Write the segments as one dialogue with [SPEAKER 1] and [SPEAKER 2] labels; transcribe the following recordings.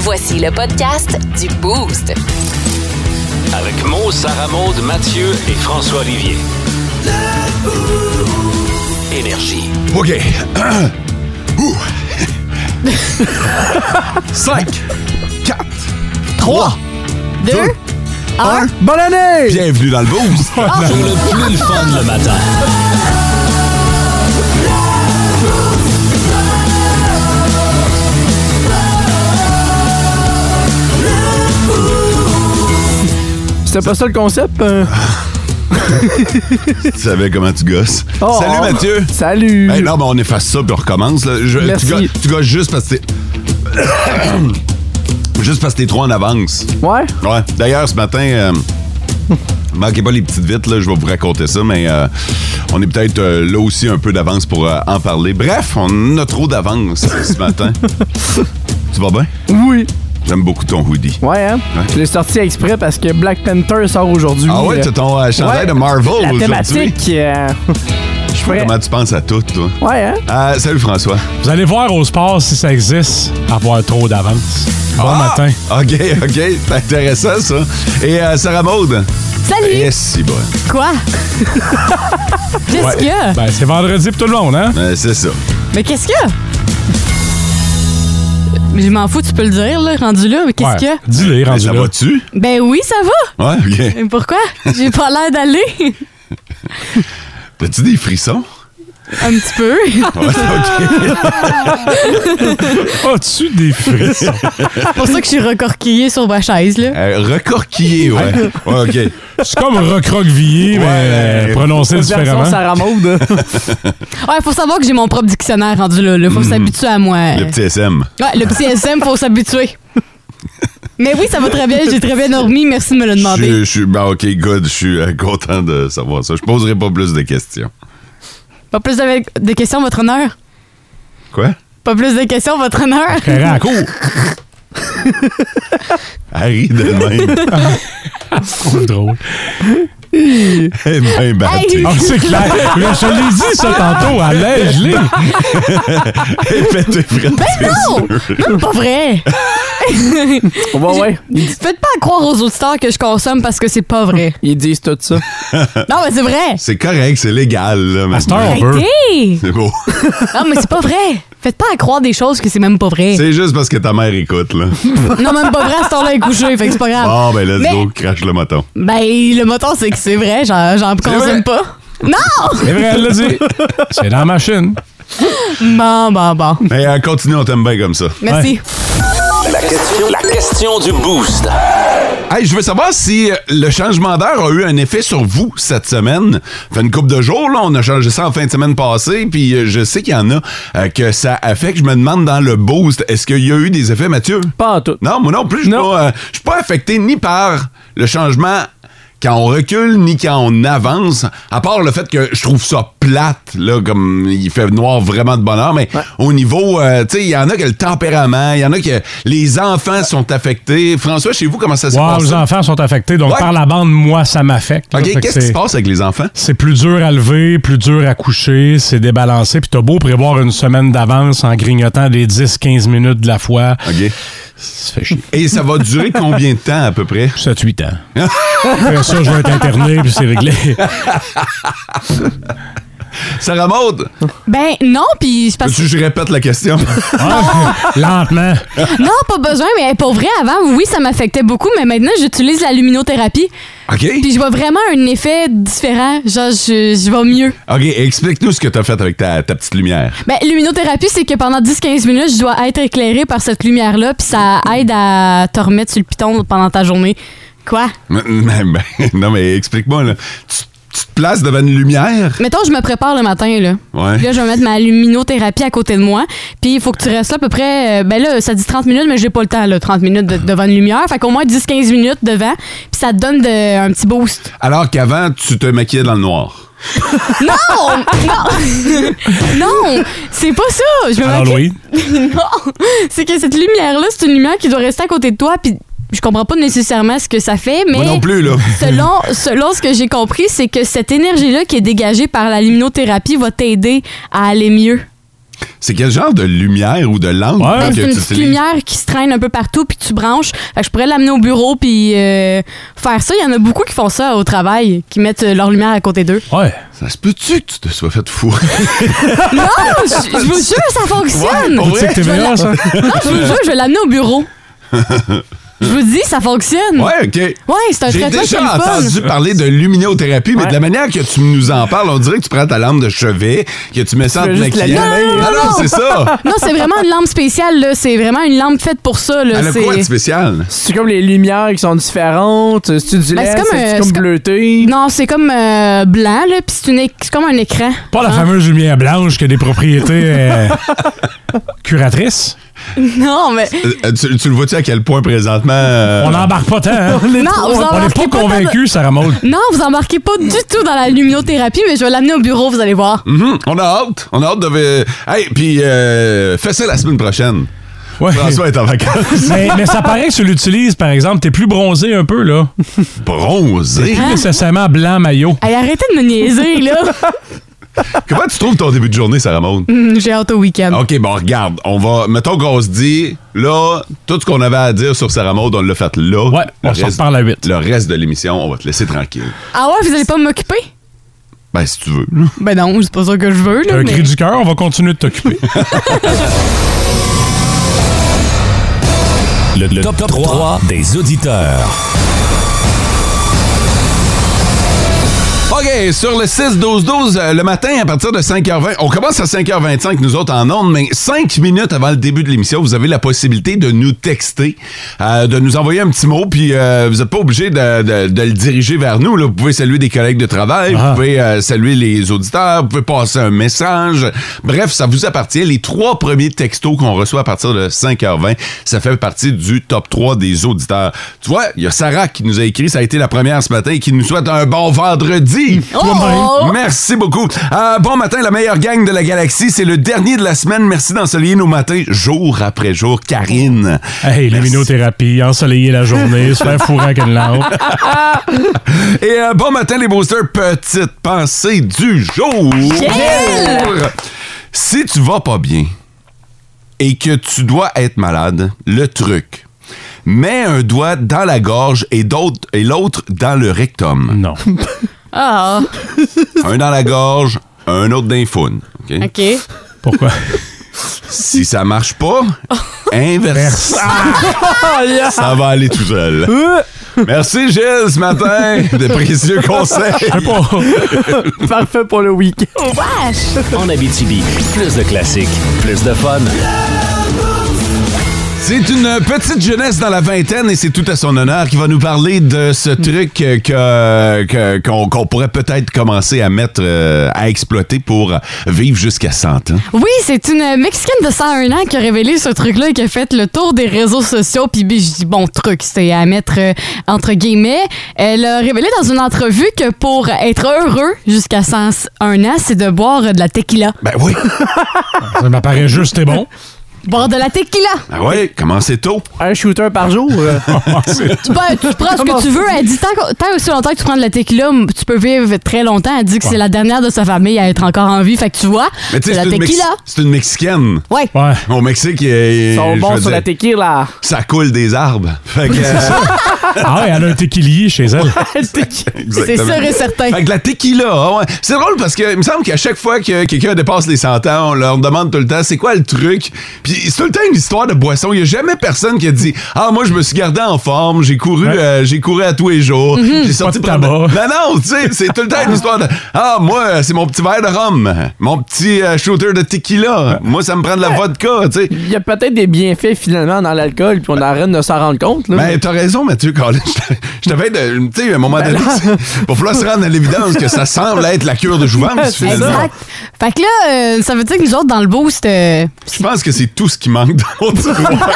[SPEAKER 1] Voici le podcast du Boost.
[SPEAKER 2] Avec Mo, Sarah Maud, Mathieu et François Olivier. Énergie.
[SPEAKER 3] OK. Ouh. 5, 4, 3,
[SPEAKER 4] Deux.
[SPEAKER 3] 1. Bonne année! Bienvenue dans le boost.
[SPEAKER 4] Ah.
[SPEAKER 2] Pour le plus le fun le matin.
[SPEAKER 4] C'était pas ça le concept? euh?
[SPEAKER 3] tu savais comment tu gosses.
[SPEAKER 4] Oh,
[SPEAKER 3] Salut
[SPEAKER 4] oh.
[SPEAKER 3] Mathieu.
[SPEAKER 4] Salut!
[SPEAKER 3] Hey, non, ben on efface ça puis on recommence. là. Je-
[SPEAKER 4] Merci.
[SPEAKER 3] Tu, gosses, tu gosses juste parce que t'es... juste parce que t'es trop en avance.
[SPEAKER 4] Ouais?
[SPEAKER 3] Ouais. D'ailleurs, ce matin, euh, manquez pas les petites vites, là, je vais vous raconter ça, mais euh, on est peut-être euh, là aussi un peu d'avance pour euh, en parler. Bref, on a trop d'avance ce matin. tu vas bien?
[SPEAKER 4] Oui!
[SPEAKER 3] J'aime beaucoup ton hoodie.
[SPEAKER 4] Ouais, hein?
[SPEAKER 3] Ouais.
[SPEAKER 4] Je l'ai sorti exprès parce que Black Panther sort aujourd'hui.
[SPEAKER 3] Ah ouais,
[SPEAKER 4] Euh,
[SPEAKER 3] t'as ton euh, chandail
[SPEAKER 4] ouais,
[SPEAKER 3] de Marvel
[SPEAKER 4] La
[SPEAKER 3] aujourd'hui.
[SPEAKER 4] thématique. euh, Je suis prêt.
[SPEAKER 3] Comment tu penses à tout, toi?
[SPEAKER 4] Ouais, hein?
[SPEAKER 3] Ah, salut François.
[SPEAKER 5] Vous allez voir au sport si ça existe, avoir trop d'avance. Bon
[SPEAKER 3] Ah!
[SPEAKER 5] matin.
[SPEAKER 3] OK, OK. C'est intéressant, ça. Et euh, Sarah Maude?
[SPEAKER 6] Salut!
[SPEAKER 3] Yes, si bon.
[SPEAKER 6] Quoi? Qu'est-ce qu'il y a?
[SPEAKER 5] Ben, c'est vendredi pour tout le monde, hein?
[SPEAKER 3] Euh, c'est ça.
[SPEAKER 6] Mais qu'est-ce qu'il y a? Mais Je m'en fous, tu peux le dire, là, rendu là, mais qu'est-ce
[SPEAKER 5] Ouais.
[SPEAKER 6] qu'il y a?
[SPEAKER 5] Dis-le,
[SPEAKER 3] Mais
[SPEAKER 5] rendu
[SPEAKER 3] ça
[SPEAKER 5] là.
[SPEAKER 3] va-tu?
[SPEAKER 6] Ben oui, ça va!
[SPEAKER 3] Ouais, OK.
[SPEAKER 6] Mais pourquoi? J'ai pas l'air d'aller.
[SPEAKER 3] T'as-tu des frissons?
[SPEAKER 6] Un petit peu.
[SPEAKER 3] Ouais, OK.
[SPEAKER 5] As-tu des frissons?
[SPEAKER 6] C'est pour ça que je suis recorquillée sur ma chaise, là.
[SPEAKER 3] Euh, recorquillé, ouais. Ouais, OK.
[SPEAKER 5] C'est comme recroquevillé, mais
[SPEAKER 3] Ouais.
[SPEAKER 5] euh, prononcé
[SPEAKER 4] Version
[SPEAKER 5] différemment.
[SPEAKER 4] Sarah Maud.
[SPEAKER 6] Ouais, faut savoir que j'ai mon propre dictionnaire rendu là, là. Faut s'habituer à moi.
[SPEAKER 3] Mm. Le petit SM.
[SPEAKER 6] Ouais, le petit SM, faut s'habituer. Mais oui, ça va très bien, j'ai très bien dormi, merci de me le
[SPEAKER 3] Je suis-
[SPEAKER 6] demander.
[SPEAKER 3] je suis... Ben, OK, good. Je suis euh, content de savoir ça. Je poserai pas plus de questions.
[SPEAKER 6] Pas plus de, de questions, votre honneur?
[SPEAKER 3] Quoi?
[SPEAKER 6] Pas plus de questions, votre honneur?
[SPEAKER 5] Ferrand, à court.
[SPEAKER 3] Harry de même.
[SPEAKER 5] C'est drôle.
[SPEAKER 3] Elle est bien battue.
[SPEAKER 5] Ah, c'est clair. Mais je l'ai dit, ça, tantôt. Allège-les.
[SPEAKER 3] Elle est pétée, frère.
[SPEAKER 6] Ben non! Non, pas vrai!
[SPEAKER 4] ouais, ouais. Ils,
[SPEAKER 6] Faites pas croire aux auditeurs que je consomme parce que c'est pas vrai.
[SPEAKER 4] ils disent tout ça.
[SPEAKER 6] Non, mais c'est vrai.
[SPEAKER 3] C'est correct, c'est légal, là,
[SPEAKER 5] À cette heure,
[SPEAKER 3] maintenant.
[SPEAKER 5] on veut.
[SPEAKER 6] Arrêtez!
[SPEAKER 3] C'est beau.
[SPEAKER 6] Non, mais c'est pas vrai. Faites pas à croire des choses que c'est même pas vrai.
[SPEAKER 3] C'est juste parce que ta mère écoute, là.
[SPEAKER 6] Non, même pas vrai, à ce temps-là, elle est couchée, fait que c'est pas grave.
[SPEAKER 3] Bon, ben, let's
[SPEAKER 6] Ah. Mais-
[SPEAKER 3] go, crache le moton.
[SPEAKER 6] Ben, le moton, c'est que c'est vrai, j'en j'en
[SPEAKER 3] vrai.
[SPEAKER 6] consomme pas. Non!
[SPEAKER 5] C'est vrai, elle l'a dit. C'est dans la machine.
[SPEAKER 6] Bon, bon, bon.
[SPEAKER 3] Mais euh, continue, on t'aime bien comme ça.
[SPEAKER 6] Merci.
[SPEAKER 2] La question, la question du boost.
[SPEAKER 3] Hey, je veux savoir si euh, le changement d'heure a eu un effet sur vous cette semaine. Fait une couple de jours, là, on a changé ça en fin de semaine passée, puis euh, je sais qu'il y en a euh, que ça affecte. Je me demande dans le boost, est-ce qu'il y a eu des effets, Mathieu?
[SPEAKER 4] Pas en tout.
[SPEAKER 3] Non, moi non plus, je suis
[SPEAKER 4] Non.
[SPEAKER 3] pas, euh, je suis pas affecté ni par le changement quand on recule, ni quand on avance, à part le fait que je trouve ça plate, là, comme il fait noir vraiment de bonheur, mais au niveau, euh, tu sais, il y en a que le tempérament, il y en a que les enfants sont affectés. François, chez vous, comment ça se
[SPEAKER 5] Wow,
[SPEAKER 3] passe?
[SPEAKER 5] les enfants sont affectés. Donc,
[SPEAKER 3] Ouais.
[SPEAKER 5] par la bande, moi, ça m'affecte. là.
[SPEAKER 3] OK,
[SPEAKER 5] Fait que
[SPEAKER 3] qu'est-ce qui
[SPEAKER 5] c'est-
[SPEAKER 3] se passe avec les enfants?
[SPEAKER 5] C'est plus dur à lever, plus dur à coucher, c'est débalancé. Puis t'as beau prévoir une semaine d'avance en grignotant des 10-15 minutes de la fois.
[SPEAKER 3] OK.
[SPEAKER 5] Ça fait chier.
[SPEAKER 3] Et ça va durer combien de temps à peu près? Ah!
[SPEAKER 5] 7-8 ans. Après ça, je vais être interné, puis c'est réglé.
[SPEAKER 3] Sarah Maud,
[SPEAKER 6] Ben, non, puis c'est parce
[SPEAKER 3] veux-tu que je répète la question?
[SPEAKER 5] Ah, lentement.
[SPEAKER 6] Non, pas besoin, mais pour vrai, avant, oui, ça m'affectait beaucoup, mais maintenant, j'utilise la luminothérapie.
[SPEAKER 3] OK?
[SPEAKER 6] Puis je vois vraiment un effet différent. Genre, je, je vais mieux.
[SPEAKER 3] OK, explique-nous ce que t'as fait avec ta, ta petite lumière.
[SPEAKER 6] Ben, luminothérapie, c'est que pendant 10-15 minutes, je dois être éclairée par cette lumière-là, puis ça aide à te remettre sur le piton pendant ta journée. Quoi?
[SPEAKER 3] Mais- mais- mais- Ben, non, mais explique-moi, là. Tu, tu te places devant une lumière?
[SPEAKER 6] Mettons, je me prépare le matin, là.
[SPEAKER 3] Ouais.
[SPEAKER 6] Puis Là, je vais mettre ma luminothérapie à côté de moi. Puis il faut que tu restes là à peu près. euh, ben là, ça dit 30 minutes, mais j'ai pas le temps, là, 30 minutes de- devant une lumière. Fait qu'au moins 10-15 minutes devant, puis ça te donne de- un petit boost.
[SPEAKER 3] Alors qu'avant, tu te maquillais dans le noir.
[SPEAKER 6] Non! non! non! C'est pas ça! Je me
[SPEAKER 5] Alors,
[SPEAKER 6] maquille-
[SPEAKER 5] Louis,
[SPEAKER 6] non! C'est que cette lumière-là, c'est une lumière qui doit rester à côté de toi, puis je comprends pas nécessairement ce que ça fait, mais.
[SPEAKER 3] Moi non plus, là.
[SPEAKER 6] Selon, selon ce que j'ai compris, c'est que cette énergie-là qui est dégagée par la luminothérapie va t'aider à aller mieux.
[SPEAKER 3] C'est quel genre de lumière ou de lampe
[SPEAKER 5] Ouais.
[SPEAKER 6] c'est
[SPEAKER 3] que Ah, tu
[SPEAKER 6] une petite
[SPEAKER 3] utilises?
[SPEAKER 6] lumière qui se traîne un peu partout, puis tu branches. Fait que je pourrais l'amener au bureau, puis euh, faire ça. Il y en a beaucoup qui font ça au travail, qui mettent euh, leur lumière à côté d'eux.
[SPEAKER 5] Ouais.
[SPEAKER 3] Ça se peut-tu que tu te sois fait fourrer?
[SPEAKER 6] non, je je vous jure, ça fonctionne!
[SPEAKER 5] Pour que
[SPEAKER 6] Je vais
[SPEAKER 5] TVA,
[SPEAKER 6] la-
[SPEAKER 5] ça.
[SPEAKER 6] non, je vous jure, je vais l'amener au bureau. je vous dis, ça fonctionne.
[SPEAKER 3] Ouais, OK.
[SPEAKER 6] Ouais, c'est un
[SPEAKER 3] J'ai
[SPEAKER 6] traitement qui est
[SPEAKER 3] déjà
[SPEAKER 6] le fun.
[SPEAKER 3] entendu parler de luminothérapie, mais de la manière que tu nous en parles, on dirait que tu prends ta lampe de chevet, que tu mets ça en
[SPEAKER 4] Tu
[SPEAKER 3] te
[SPEAKER 4] fais juste la
[SPEAKER 3] maquillant.
[SPEAKER 4] lumière.
[SPEAKER 3] Ah non, c'est ça!
[SPEAKER 6] Non, c'est vraiment une lampe spéciale, là. C'est vraiment une lampe faite pour ça, là.
[SPEAKER 3] Elle a
[SPEAKER 6] C'est-
[SPEAKER 3] quoi de spécial?
[SPEAKER 4] C'est comme les lumières qui sont différentes. C'est du
[SPEAKER 6] Ben,
[SPEAKER 4] lait,
[SPEAKER 6] c'est comme,
[SPEAKER 4] c'est
[SPEAKER 6] euh,
[SPEAKER 4] comme
[SPEAKER 6] c'est comme-
[SPEAKER 4] bleuté.
[SPEAKER 6] Non, c'est comme euh, blanc, là, puis c'est une é- c'est comme un écran.
[SPEAKER 5] Pas la
[SPEAKER 6] Hein?
[SPEAKER 5] fameuse lumière blanche que des propriétés euh, curatrices.
[SPEAKER 6] Non, mais.
[SPEAKER 3] Euh, euh, Tu, tu le vois-tu à quel point présentement? euh,
[SPEAKER 5] On n'embarque pas tant. hein?
[SPEAKER 6] est Non, trop- vous
[SPEAKER 5] on n'est
[SPEAKER 6] embarquez
[SPEAKER 5] pas
[SPEAKER 6] pas tant de-
[SPEAKER 5] convaincus, Sarah Maud.
[SPEAKER 6] Non, vous embarquez pas du tout dans la luminothérapie, mais je vais l'amener au bureau, vous allez voir.
[SPEAKER 3] mhm, on a hâte. On a hâte de. Hey, puis euh, fais ça la semaine prochaine.
[SPEAKER 5] Ouais.
[SPEAKER 3] François est en vacances.
[SPEAKER 5] mais, mais ça paraît que tu l'utilises, par exemple. T'es plus bronzé un peu, là.
[SPEAKER 3] Bronzé.
[SPEAKER 5] Plus nécessairement blanc maillot.
[SPEAKER 6] Hey, arrêtez de me niaiser, là.
[SPEAKER 3] Comment tu trouves ton début de journée, Sarah Maud?
[SPEAKER 6] Hum, J'ai hâte au
[SPEAKER 5] Euh,
[SPEAKER 6] week-end.
[SPEAKER 3] Ah, OK, bon, regarde, on va. Mettons qu'on se dit, là, tout ce qu'on avait à dire sur Sarah Maud, on l'a fait là.
[SPEAKER 5] Ouais,
[SPEAKER 3] Le
[SPEAKER 5] on se
[SPEAKER 3] reste-
[SPEAKER 5] reparle à 8.
[SPEAKER 3] Le reste de l'émission, on va te laisser tranquille.
[SPEAKER 6] Ah ouais, vous allez pas m'occuper?
[SPEAKER 3] Ben, si tu veux.
[SPEAKER 6] Ben non, c'est pas ça que je veux, là.
[SPEAKER 5] Un
[SPEAKER 6] mais-
[SPEAKER 5] cri du cœur, on va continuer de t'occuper.
[SPEAKER 2] Le, le top, 3, des auditeurs.
[SPEAKER 3] OK, sur le 6-12-12, euh, le matin, à partir de 5h20, on commence à 5h25, nous autres en ondes, mais 5 minutes avant le début de l'émission, vous avez la possibilité de nous texter, euh, de nous envoyer un petit mot, puis euh, vous n'êtes pas obligé de, de- de le diriger vers nous. Là. Vous pouvez saluer des collègues de travail,
[SPEAKER 5] Ah.
[SPEAKER 3] vous pouvez euh, saluer les auditeurs, vous pouvez passer un message. Bref, ça vous appartient. Les trois premiers textos qu'on reçoit à partir de 5h20, ça fait partie du top 3 des auditeurs. Tu vois, il y a Sarah qui nous a écrit, ça a été la première ce matin, et qui nous souhaite un bon vendredi.
[SPEAKER 5] ben.
[SPEAKER 6] Oh!
[SPEAKER 3] Merci beaucoup. Euh, bon matin, la meilleure gang de la galaxie. C'est le dernier de la semaine. Merci d'ensoleiller nos matins jour après jour. Karine.
[SPEAKER 5] Hey,
[SPEAKER 3] Merci.
[SPEAKER 5] luminothérapie, ensoleiller la journée, se faire fourrer avec une lampe.
[SPEAKER 3] Et euh, bon matin, les boosters. Petite pensée du jour. Si tu vas pas bien et que tu dois être malade, le truc. Mets un doigt dans la gorge et d'autres- et l'autre dans le rectum.
[SPEAKER 5] Non.
[SPEAKER 6] Ah,
[SPEAKER 3] Un dans la gorge, un autre dans les founes, OK?
[SPEAKER 6] ok.
[SPEAKER 5] Pourquoi?
[SPEAKER 3] Si ça marche pas, inverse.
[SPEAKER 4] Ah,
[SPEAKER 3] Ça va aller tout seul.
[SPEAKER 4] Euh,
[SPEAKER 3] Merci Gilles ce matin de précieux conseils.
[SPEAKER 4] Parfait pour le week-end.
[SPEAKER 2] En Abitibi, plus de classiques, plus de fun.
[SPEAKER 3] C'est une euh, petite jeunesse dans la vingtaine et c'est tout à son honneur qui va nous parler de ce truc que- que- qu'on qu'on pourrait peut-être commencer à mettre euh, à exploiter pour vivre jusqu'à 100 ans.
[SPEAKER 6] Oui, c'est une Mexicaine de 101 ans qui a révélé ce truc-là et qui a fait le tour des réseaux sociaux. Puis ben, je dis bon truc, c'est à mettre euh, entre guillemets. Elle a révélé dans une entrevue que pour être heureux jusqu'à 101 ans, c'est de boire euh, de la tequila.
[SPEAKER 3] Ben oui.
[SPEAKER 5] Ça m'apparaît juste et bon.
[SPEAKER 6] Boire de la tequila!
[SPEAKER 3] Ben oui, commencez tôt.
[SPEAKER 4] Un shooter par jour. euh.
[SPEAKER 6] Tu, peux- tu prends ce que tu veux. Elle dit tant, qu'on- tant aussi longtemps que tu prends de la tequila, m- tu peux vivre très longtemps. Elle dit que c'est la dernière de sa famille à être encore en vie. Fait que tu vois,
[SPEAKER 3] Mais tu
[SPEAKER 6] de
[SPEAKER 3] sais,
[SPEAKER 6] la
[SPEAKER 3] c'est une, Mex-
[SPEAKER 6] tequila.
[SPEAKER 3] c'est une Mexicaine.
[SPEAKER 6] Ouais.
[SPEAKER 5] Ouais.
[SPEAKER 3] Au Mexique, il est-
[SPEAKER 4] Ils sont
[SPEAKER 3] je
[SPEAKER 4] bons
[SPEAKER 3] veux
[SPEAKER 4] sur la
[SPEAKER 3] dire,
[SPEAKER 4] tequila.
[SPEAKER 3] ça coule des arbres. Fait que,
[SPEAKER 5] Ah ouais, elle a un téquilier chez elle.
[SPEAKER 6] C'est
[SPEAKER 3] Exactement.
[SPEAKER 6] sûr et certain.
[SPEAKER 3] Fait que de la tequila, ah ouais. C'est drôle parce que il me semble qu'à chaque fois que quelqu'un dépasse les 100 ans, on leur demande tout le temps c'est quoi le truc. Puis c'est tout le temps une histoire de boisson. Il y a jamais personne qui a dit "Ah moi je me suis gardé en forme, j'ai couru
[SPEAKER 5] Ouais.
[SPEAKER 3] euh, j'ai couru à tous les jours,
[SPEAKER 6] Mm-hmm.
[SPEAKER 3] j'ai sorti
[SPEAKER 5] de
[SPEAKER 3] prendre-
[SPEAKER 5] tabac.
[SPEAKER 3] Non non, tu sais, c'est tout le temps une histoire de "Ah moi c'est mon petit verre de rhum, mon petit euh, shooter de tequila. Moi ça me prend de la vodka", tu sais.
[SPEAKER 4] Il y a peut-être des bienfaits finalement dans l'alcool, puis on arrête de s'en rendre compte. Là.
[SPEAKER 3] Ben, t'as raison, Mathieu, Colin. Je t'avais de. Tu sais, à un
[SPEAKER 6] Ben
[SPEAKER 3] moment donné, il va falloir se rendre à l'évidence que ça semble être la cure de jouvence,
[SPEAKER 4] C'est
[SPEAKER 3] finalement.
[SPEAKER 6] Exact. Fait que là, euh, ça veut dire que nous autres, dans le boost, euh,
[SPEAKER 3] Je pense que c'est tout ce qui manque dans mon tiroir.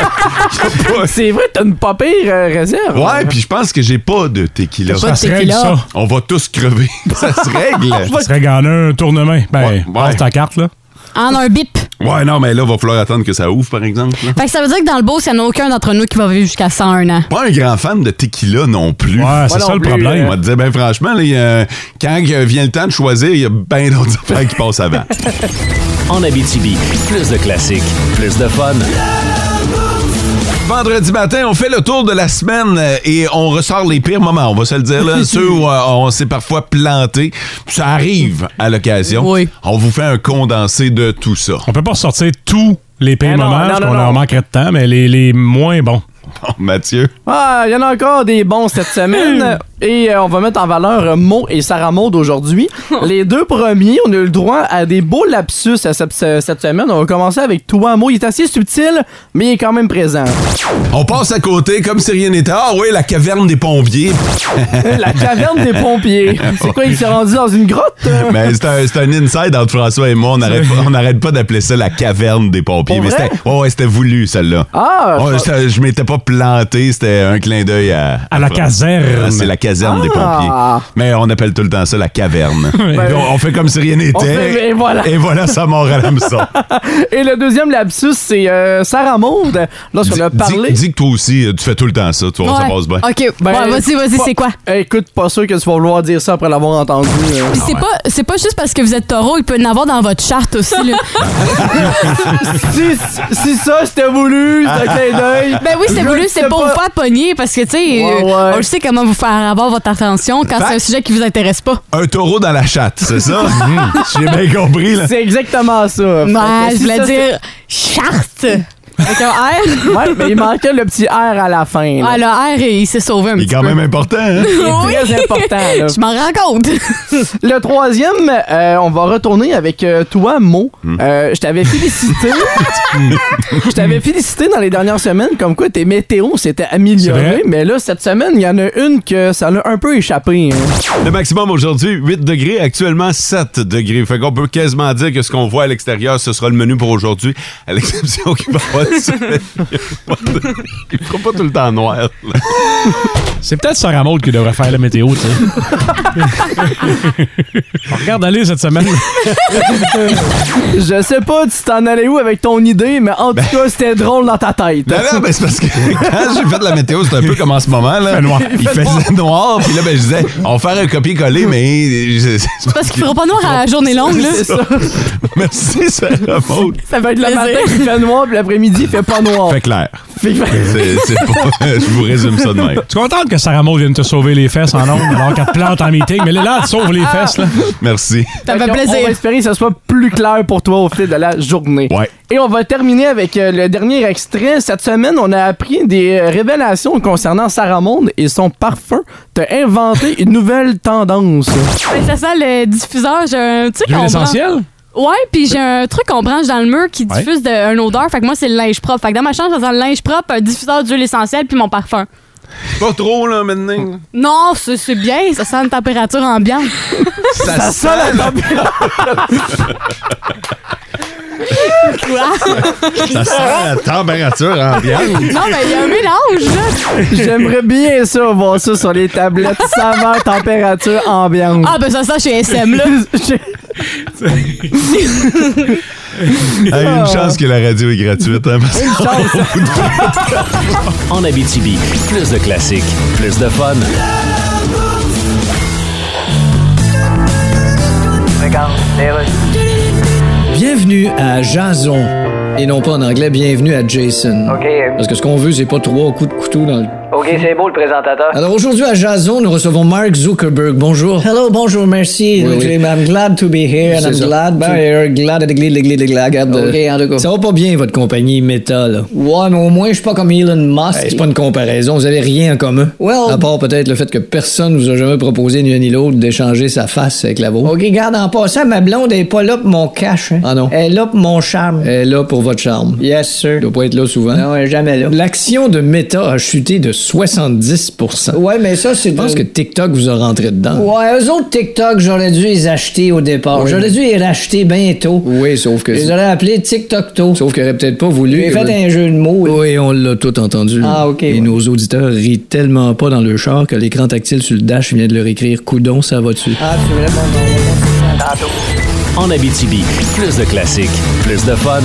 [SPEAKER 4] C'est vrai, t'as une pas pire euh, réserve.
[SPEAKER 3] ouais, puis je pense que j'ai pas de tequila.
[SPEAKER 6] T'as pas
[SPEAKER 5] Ça
[SPEAKER 6] de
[SPEAKER 5] se règle,
[SPEAKER 6] tequila.
[SPEAKER 5] ça.
[SPEAKER 3] On va tous crever. ça se règle.
[SPEAKER 5] Ça se règle en un tournement. Ben,
[SPEAKER 3] Ouais, ouais.
[SPEAKER 5] passe ta carte, là.
[SPEAKER 6] En un bip.
[SPEAKER 3] Ouais, non, mais là, va falloir attendre que ça ouvre, par exemple. là.
[SPEAKER 6] Fait que ça veut dire que dans le beau, il n'y en a aucun d'entre nous qui va vivre jusqu'à 101 ans.
[SPEAKER 3] Pas un grand fan de tequila non plus.
[SPEAKER 5] Ouais,
[SPEAKER 4] Moi
[SPEAKER 5] c'est ça
[SPEAKER 4] non
[SPEAKER 5] le
[SPEAKER 4] plus, euh.
[SPEAKER 5] problème.
[SPEAKER 3] On va te dire, ben franchement, là, il y a- quand euh, vient le temps de choisir, il y a bien d'autres affaires qui passent avant.
[SPEAKER 2] En Abitibi, plus de classiques, plus de fun.
[SPEAKER 3] Vendredi matin, on fait le tour de la semaine euh, et on ressort les pires moments, on va se le dire. Là. Ceux où euh, on s'est parfois planté, ça arrive à l'occasion.
[SPEAKER 6] Oui.
[SPEAKER 3] On vous fait un condensé de tout ça.
[SPEAKER 5] On peut pas sortir tous les pires
[SPEAKER 4] Eh non,
[SPEAKER 5] moments,
[SPEAKER 4] non,
[SPEAKER 5] parce
[SPEAKER 4] non,
[SPEAKER 5] qu'on
[SPEAKER 4] non.
[SPEAKER 5] en manquerait de temps, mais les, les moins bons.
[SPEAKER 3] Bon, Oh, Mathieu,
[SPEAKER 4] Ah, il y en a encore des bons cette semaine. et euh, on va mettre en valeur euh, Mo et Sarah Maud aujourd'hui. Les deux premiers, on a eu le droit à des beaux lapsus à cette, ce- cette semaine. On va commencer avec toi, Mo. Il est assez subtil, mais il est quand même présent.
[SPEAKER 3] on passe à côté comme si rien n'était. Ah oui, la caverne des pompiers.
[SPEAKER 4] La caverne des pompiers. C'est quoi, il s'est rendu dans une grotte? euh?
[SPEAKER 3] Mais Ben, c'est un, c'est un inside entre François et moi. On n'arrête pas, on n'arrête pas d'appeler ça la caverne des pompiers.
[SPEAKER 4] Pour
[SPEAKER 3] Mais
[SPEAKER 4] vrai?
[SPEAKER 3] c'était ouais, ouais, c'était voulu, celle-là.
[SPEAKER 4] Ah,
[SPEAKER 3] Ouais,
[SPEAKER 4] je-
[SPEAKER 3] c'était- je m'étais pas planté. C'était un clin d'œil à,
[SPEAKER 5] À la
[SPEAKER 3] Fran-
[SPEAKER 5] caserne.
[SPEAKER 3] Ah, C'est la caserne des
[SPEAKER 4] Ah.
[SPEAKER 3] pompiers. Mais on appelle tout le temps ça la caverne.
[SPEAKER 4] Ben,
[SPEAKER 3] on, on fait comme si rien
[SPEAKER 4] on
[SPEAKER 3] n'était.
[SPEAKER 4] fait- et voilà.
[SPEAKER 3] Et voilà, ça mord à l'hameçon.
[SPEAKER 4] Et le deuxième lapsus, c'est euh, Sarah Maud. Lorsqu'on a
[SPEAKER 3] Dis-
[SPEAKER 4] parlé.
[SPEAKER 3] Dis, dis que toi aussi, euh, tu fais tout le temps ça. Tu vois, ça
[SPEAKER 6] Ouais.
[SPEAKER 3] passe bien.
[SPEAKER 6] OK.
[SPEAKER 4] Ben,
[SPEAKER 6] Ouais, vas-y, vas-y,
[SPEAKER 4] pas- Eh,
[SPEAKER 6] c'est quoi?
[SPEAKER 4] Écoute, pas sûr que tu vas vouloir dire ça après l'avoir entendu. euh.
[SPEAKER 3] Ah
[SPEAKER 6] Puis c'est pas, c'est pas juste parce que vous êtes taureau, il peut y en avoir dans votre charte aussi. là.
[SPEAKER 4] si, Ah, si ça, c'était voulu, c'est
[SPEAKER 3] Ah.
[SPEAKER 4] un clin d'œil.
[SPEAKER 6] Ben oui, c'est
[SPEAKER 4] Je
[SPEAKER 6] voulu,
[SPEAKER 4] le
[SPEAKER 6] c'est
[SPEAKER 4] sais
[SPEAKER 6] pour
[SPEAKER 4] pas.
[SPEAKER 6] vous faire pogner parce que, tu sais,
[SPEAKER 4] Ouais,
[SPEAKER 6] euh,
[SPEAKER 4] ouais.
[SPEAKER 6] on le sait comment vous faire avoir votre attention quand
[SPEAKER 3] Fact.
[SPEAKER 6] c'est un sujet qui vous intéresse pas.
[SPEAKER 3] Un taureau dans la chatte, c'est ça? Mhm. J'ai bien compris, là.
[SPEAKER 4] C'est exactement ça. Fait que
[SPEAKER 6] Ouais,
[SPEAKER 4] si
[SPEAKER 6] je voulais
[SPEAKER 4] ça,
[SPEAKER 6] dire charte. Avec un R.
[SPEAKER 4] c'est- Ouais, mais il manquait le petit R à la fin. là.
[SPEAKER 6] Ah, le R, il s'est sauvé un
[SPEAKER 3] Il est
[SPEAKER 6] petit
[SPEAKER 3] quand
[SPEAKER 6] peu.
[SPEAKER 3] même important, hein?
[SPEAKER 6] Oui.
[SPEAKER 4] Très important. là.
[SPEAKER 6] Je m'en rends compte.
[SPEAKER 4] Le troisième, euh, on va retourner avec euh, toi, Mo.
[SPEAKER 3] Hmm.
[SPEAKER 4] Euh, je t'avais félicité. je t'avais félicité dans les dernières semaines comme quoi tes météos s'étaient
[SPEAKER 5] C'est vrai?
[SPEAKER 4] améliorés. Mais là, cette semaine, il y en a une que ça l'a un peu échappé. hein.
[SPEAKER 3] Le maximum aujourd'hui, 8 degrés, actuellement 7 degrés. Fait qu'on peut quasiment dire que ce qu'on voit à l'extérieur, ce sera le menu pour aujourd'hui, à l'exception qu'il va y avoir du soleil. Il fera pas tout le temps noir. là.
[SPEAKER 5] C'est peut-être Sarah Maud qui devrait faire la météo, tu sais. On regarde aller cette semaine.
[SPEAKER 4] Je sais pas, tu t'en allais où avec ton idée, mais en tout cas, c'était drôle dans ta tête.
[SPEAKER 3] Non, non, ben c'est parce que quand j'ai fait de la météo, c'est un peu comme en ce moment. Là.
[SPEAKER 5] fait noir.
[SPEAKER 3] Il faisait noir, puis là, ben, je disais, on va faire un copier-coller, mais... je- c'est
[SPEAKER 6] Parce qu'il fera pas noir à la journée longue, là.
[SPEAKER 4] C'est ça.
[SPEAKER 3] Merci, Sarah Maud.
[SPEAKER 4] Ça va être le
[SPEAKER 6] Plaisir.
[SPEAKER 4] matin, il fait noir, puis l'après-midi, il fait pas noir.
[SPEAKER 3] Fait clair.
[SPEAKER 4] Fait que-
[SPEAKER 3] C'est c'est pas... Je vous résume ça de même.
[SPEAKER 5] Tu es contente que Sarah Maud vienne te sauver les fesses en ondes alors qu'elle te plante en meeting? Mais là, là, elle te sauve les fesses, là.
[SPEAKER 3] Merci.
[SPEAKER 6] Ça me fait
[SPEAKER 4] qu'on- On va
[SPEAKER 6] plaisir.
[SPEAKER 4] espérer que ce soit plus clair pour toi au fil de la journée.
[SPEAKER 3] Ouais.
[SPEAKER 4] Et on va terminer avec euh, le dernier extrait. Cette semaine, on a appris des euh, révélations concernant Sarah Monde et son parfum. T'as inventé une nouvelle tendance.
[SPEAKER 6] Ben, Ça sent le diffuseur. J'ai un truc
[SPEAKER 5] L'huile
[SPEAKER 6] en branche.
[SPEAKER 5] essentielle?
[SPEAKER 6] Ouais, puis j'ai un truc qu'on branche dans le mur qui
[SPEAKER 5] Ouais.
[SPEAKER 6] diffuse de- une odeur. Fait que moi, c'est le linge propre. Fait que dans ma chambre, ça sent le linge propre, un diffuseur d'huile essentielle, puis mon parfum.
[SPEAKER 3] Pas trop, là, maintenant.
[SPEAKER 6] Non, c'est c'est bien, ça sent une température ambiante.
[SPEAKER 3] Ça, sent
[SPEAKER 6] Quoi?
[SPEAKER 3] Ça sent la température ambiante.
[SPEAKER 6] non, mais il y a un mélange, là.
[SPEAKER 4] J'aimerais bien ça, voir ça sur les tablettes. Saveur, température, ambiance.
[SPEAKER 6] Ah, ben ça sent chez SM, là.
[SPEAKER 3] Hey, une chance que la radio est gratuite. hein, parce que-
[SPEAKER 2] En Abitibi, plus de classiques, plus de fun.
[SPEAKER 7] Bienvenue à Jason. Et non pas en anglais, bienvenue à Jason.
[SPEAKER 8] OK, euh,
[SPEAKER 7] Parce que ce qu'on veut, c'est pas trois coups de couteau dans le...
[SPEAKER 8] OK, c'est beau le présentateur.
[SPEAKER 7] Alors aujourd'hui à Jason, nous recevons Mark Zuckerberg. Bonjour.
[SPEAKER 9] Hello, bonjour, merci.
[SPEAKER 7] Oui, oui.
[SPEAKER 9] I'm glad to be here and
[SPEAKER 7] C'est
[SPEAKER 9] I'm
[SPEAKER 7] ça.
[SPEAKER 9] glad
[SPEAKER 7] Ben,
[SPEAKER 9] to...
[SPEAKER 7] euh, glad, glad, glad, glad, glad, glad,
[SPEAKER 9] Ok,
[SPEAKER 7] euh,
[SPEAKER 9] en tout cas.
[SPEAKER 7] Ça va pas bien, votre compagnie Meta, là.
[SPEAKER 9] Ouais, mais au moins, je suis pas comme Elon Musk.
[SPEAKER 7] Hey, c'est pas une comparaison, vous avez rien en commun.
[SPEAKER 9] Well-
[SPEAKER 7] À part peut-être le fait que personne vous a jamais proposé, ni un ni l'autre, d'échanger sa face avec la vôtre.
[SPEAKER 9] OK, garde en passant, ma blonde est pas là pour mon cash. hein.
[SPEAKER 7] Ah non.
[SPEAKER 9] Elle est là pour mon charme.
[SPEAKER 7] Elle est là pour votre charme.
[SPEAKER 9] Yes, sir.
[SPEAKER 7] Elle doit pas être là souvent.
[SPEAKER 9] Non, elle est jamais là.
[SPEAKER 7] L'action de Meta a chuté de 70 Je
[SPEAKER 9] Ouais, mais ça, c'est...
[SPEAKER 7] pense que TikTok vous a rentré dedans.
[SPEAKER 9] Ouais, eux autres TikTok, j'aurais dû les acheter au départ.
[SPEAKER 7] Oui.
[SPEAKER 9] J'aurais dû les racheter bientôt.
[SPEAKER 7] Oui, sauf que.
[SPEAKER 9] Je les aurais appelés TikTok-to.
[SPEAKER 7] Sauf qu'elle aurait peut-être pas voulu.
[SPEAKER 9] J'ai
[SPEAKER 7] que-
[SPEAKER 9] fait un jeu de mots. là.
[SPEAKER 7] Oui, on l'a tout entendu.
[SPEAKER 9] Ah, ok,
[SPEAKER 7] Et
[SPEAKER 9] ouais.
[SPEAKER 7] nos auditeurs rient tellement pas dans le char que l'écran tactile sur le dash vient de leur écrire Coudon, ça va-tu?
[SPEAKER 9] Ah, tu veux vraiment...
[SPEAKER 2] en Abitibi. Plus de classiques, plus de fun.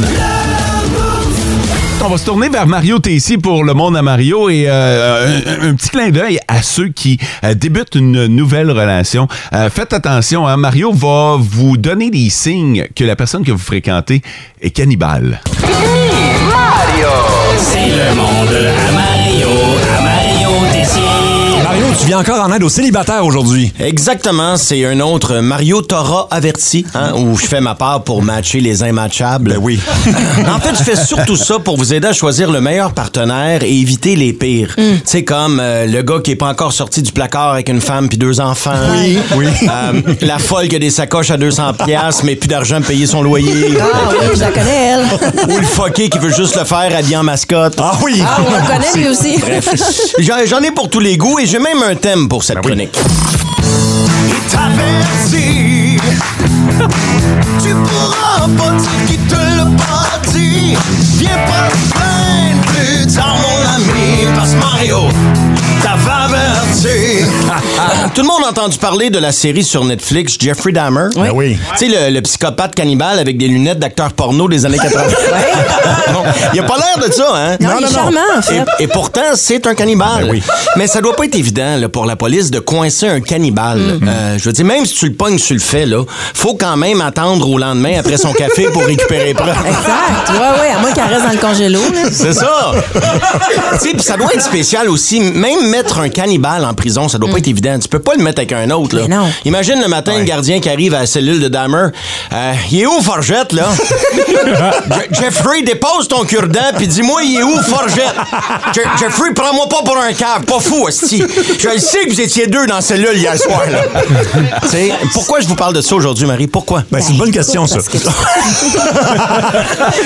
[SPEAKER 3] On va se tourner vers Mario Tessier pour Le Monde à Mario et euh, un, un petit clin d'œil à ceux qui euh, débutent une nouvelle relation. Euh, faites attention, hein, Mario va vous donner des signes que la personne que vous fréquentez est cannibale.
[SPEAKER 10] oh.
[SPEAKER 2] C'est le monde à Mario, à Mario
[SPEAKER 11] Mario, tu viens encore en aide aux célibataires aujourd'hui.
[SPEAKER 12] Exactement, c'est un autre Mario Torah averti, hein, où je fais ma part pour matcher les immatchables.
[SPEAKER 11] Ben
[SPEAKER 12] oui. en fait, je fais surtout ça pour vous aider à choisir le meilleur partenaire et éviter les pires.
[SPEAKER 10] Mm.
[SPEAKER 12] Tu sais, comme euh, le gars qui est pas encore sorti du placard avec une femme puis deux enfants.
[SPEAKER 11] Oui. Oui.
[SPEAKER 12] Euh, la folle qui a des sacoches à 200 pièces mais plus d'argent pour payer son loyer.
[SPEAKER 10] Ah oui, je la connais, elle.
[SPEAKER 12] Ou le fucké qui veut juste le faire habillé en mascotte. Ah oui!
[SPEAKER 10] Ah, on le connaît, lui aussi.
[SPEAKER 12] Bref, j'en j'en ai pour tous les goûts et j'ai même un thème pour
[SPEAKER 2] Ben
[SPEAKER 12] cette chronique.
[SPEAKER 2] Tu pourras pas dire qui te l'a pas dit. Viens pas te plaindre plus tard, mon ami. Parce que Mario, t'as averti.
[SPEAKER 10] Ah.
[SPEAKER 12] Euh, Tout le monde a entendu parler de la série sur Netflix Jeffrey Dahmer.
[SPEAKER 11] Ben oui.
[SPEAKER 12] Tu sais, le, le psychopathe cannibale avec des lunettes d'acteur porno des années 80. Bon, il a pas l'air de ça, hein?
[SPEAKER 10] Non, Ben Non, il est non, non. charmant, en fait.
[SPEAKER 12] Et, et pourtant, c'est un cannibale. Mais ça doit pas être évident là, pour la police de coincer un cannibale.
[SPEAKER 10] Mm-hmm.
[SPEAKER 12] Euh, je veux dire, même si tu le pognes sur le fait, là, faut quand même attendre au lendemain après son café pour récupérer les preuves.
[SPEAKER 10] Exact. Ouais, ouais, à moins qu'elle reste dans le congélo. là.
[SPEAKER 12] C'est ça. tu sais, puis ça doit être spécial aussi. Même mettre un cannibale en prison, ça doit pas être évident. Tu peux pas le mettre avec un autre, là.
[SPEAKER 10] Mm. Mais non.
[SPEAKER 12] Imagine le matin, le gardien qui arrive à la cellule de Dahmer. Euh, il est où, Forgette, là? Je- Jeffrey, dépose ton cure-dent, puis dis-moi, il est où, Forgette? Je- Jeffrey, prends-moi pas pour un cave. Pas fou, hostie. Je le sais que vous étiez deux dans la cellule hier soir, là. Tu sais, pourquoi je vous parle de ça aujourd'hui, Marie? Pourquoi?
[SPEAKER 11] Ben, c'est une bonne question, ça.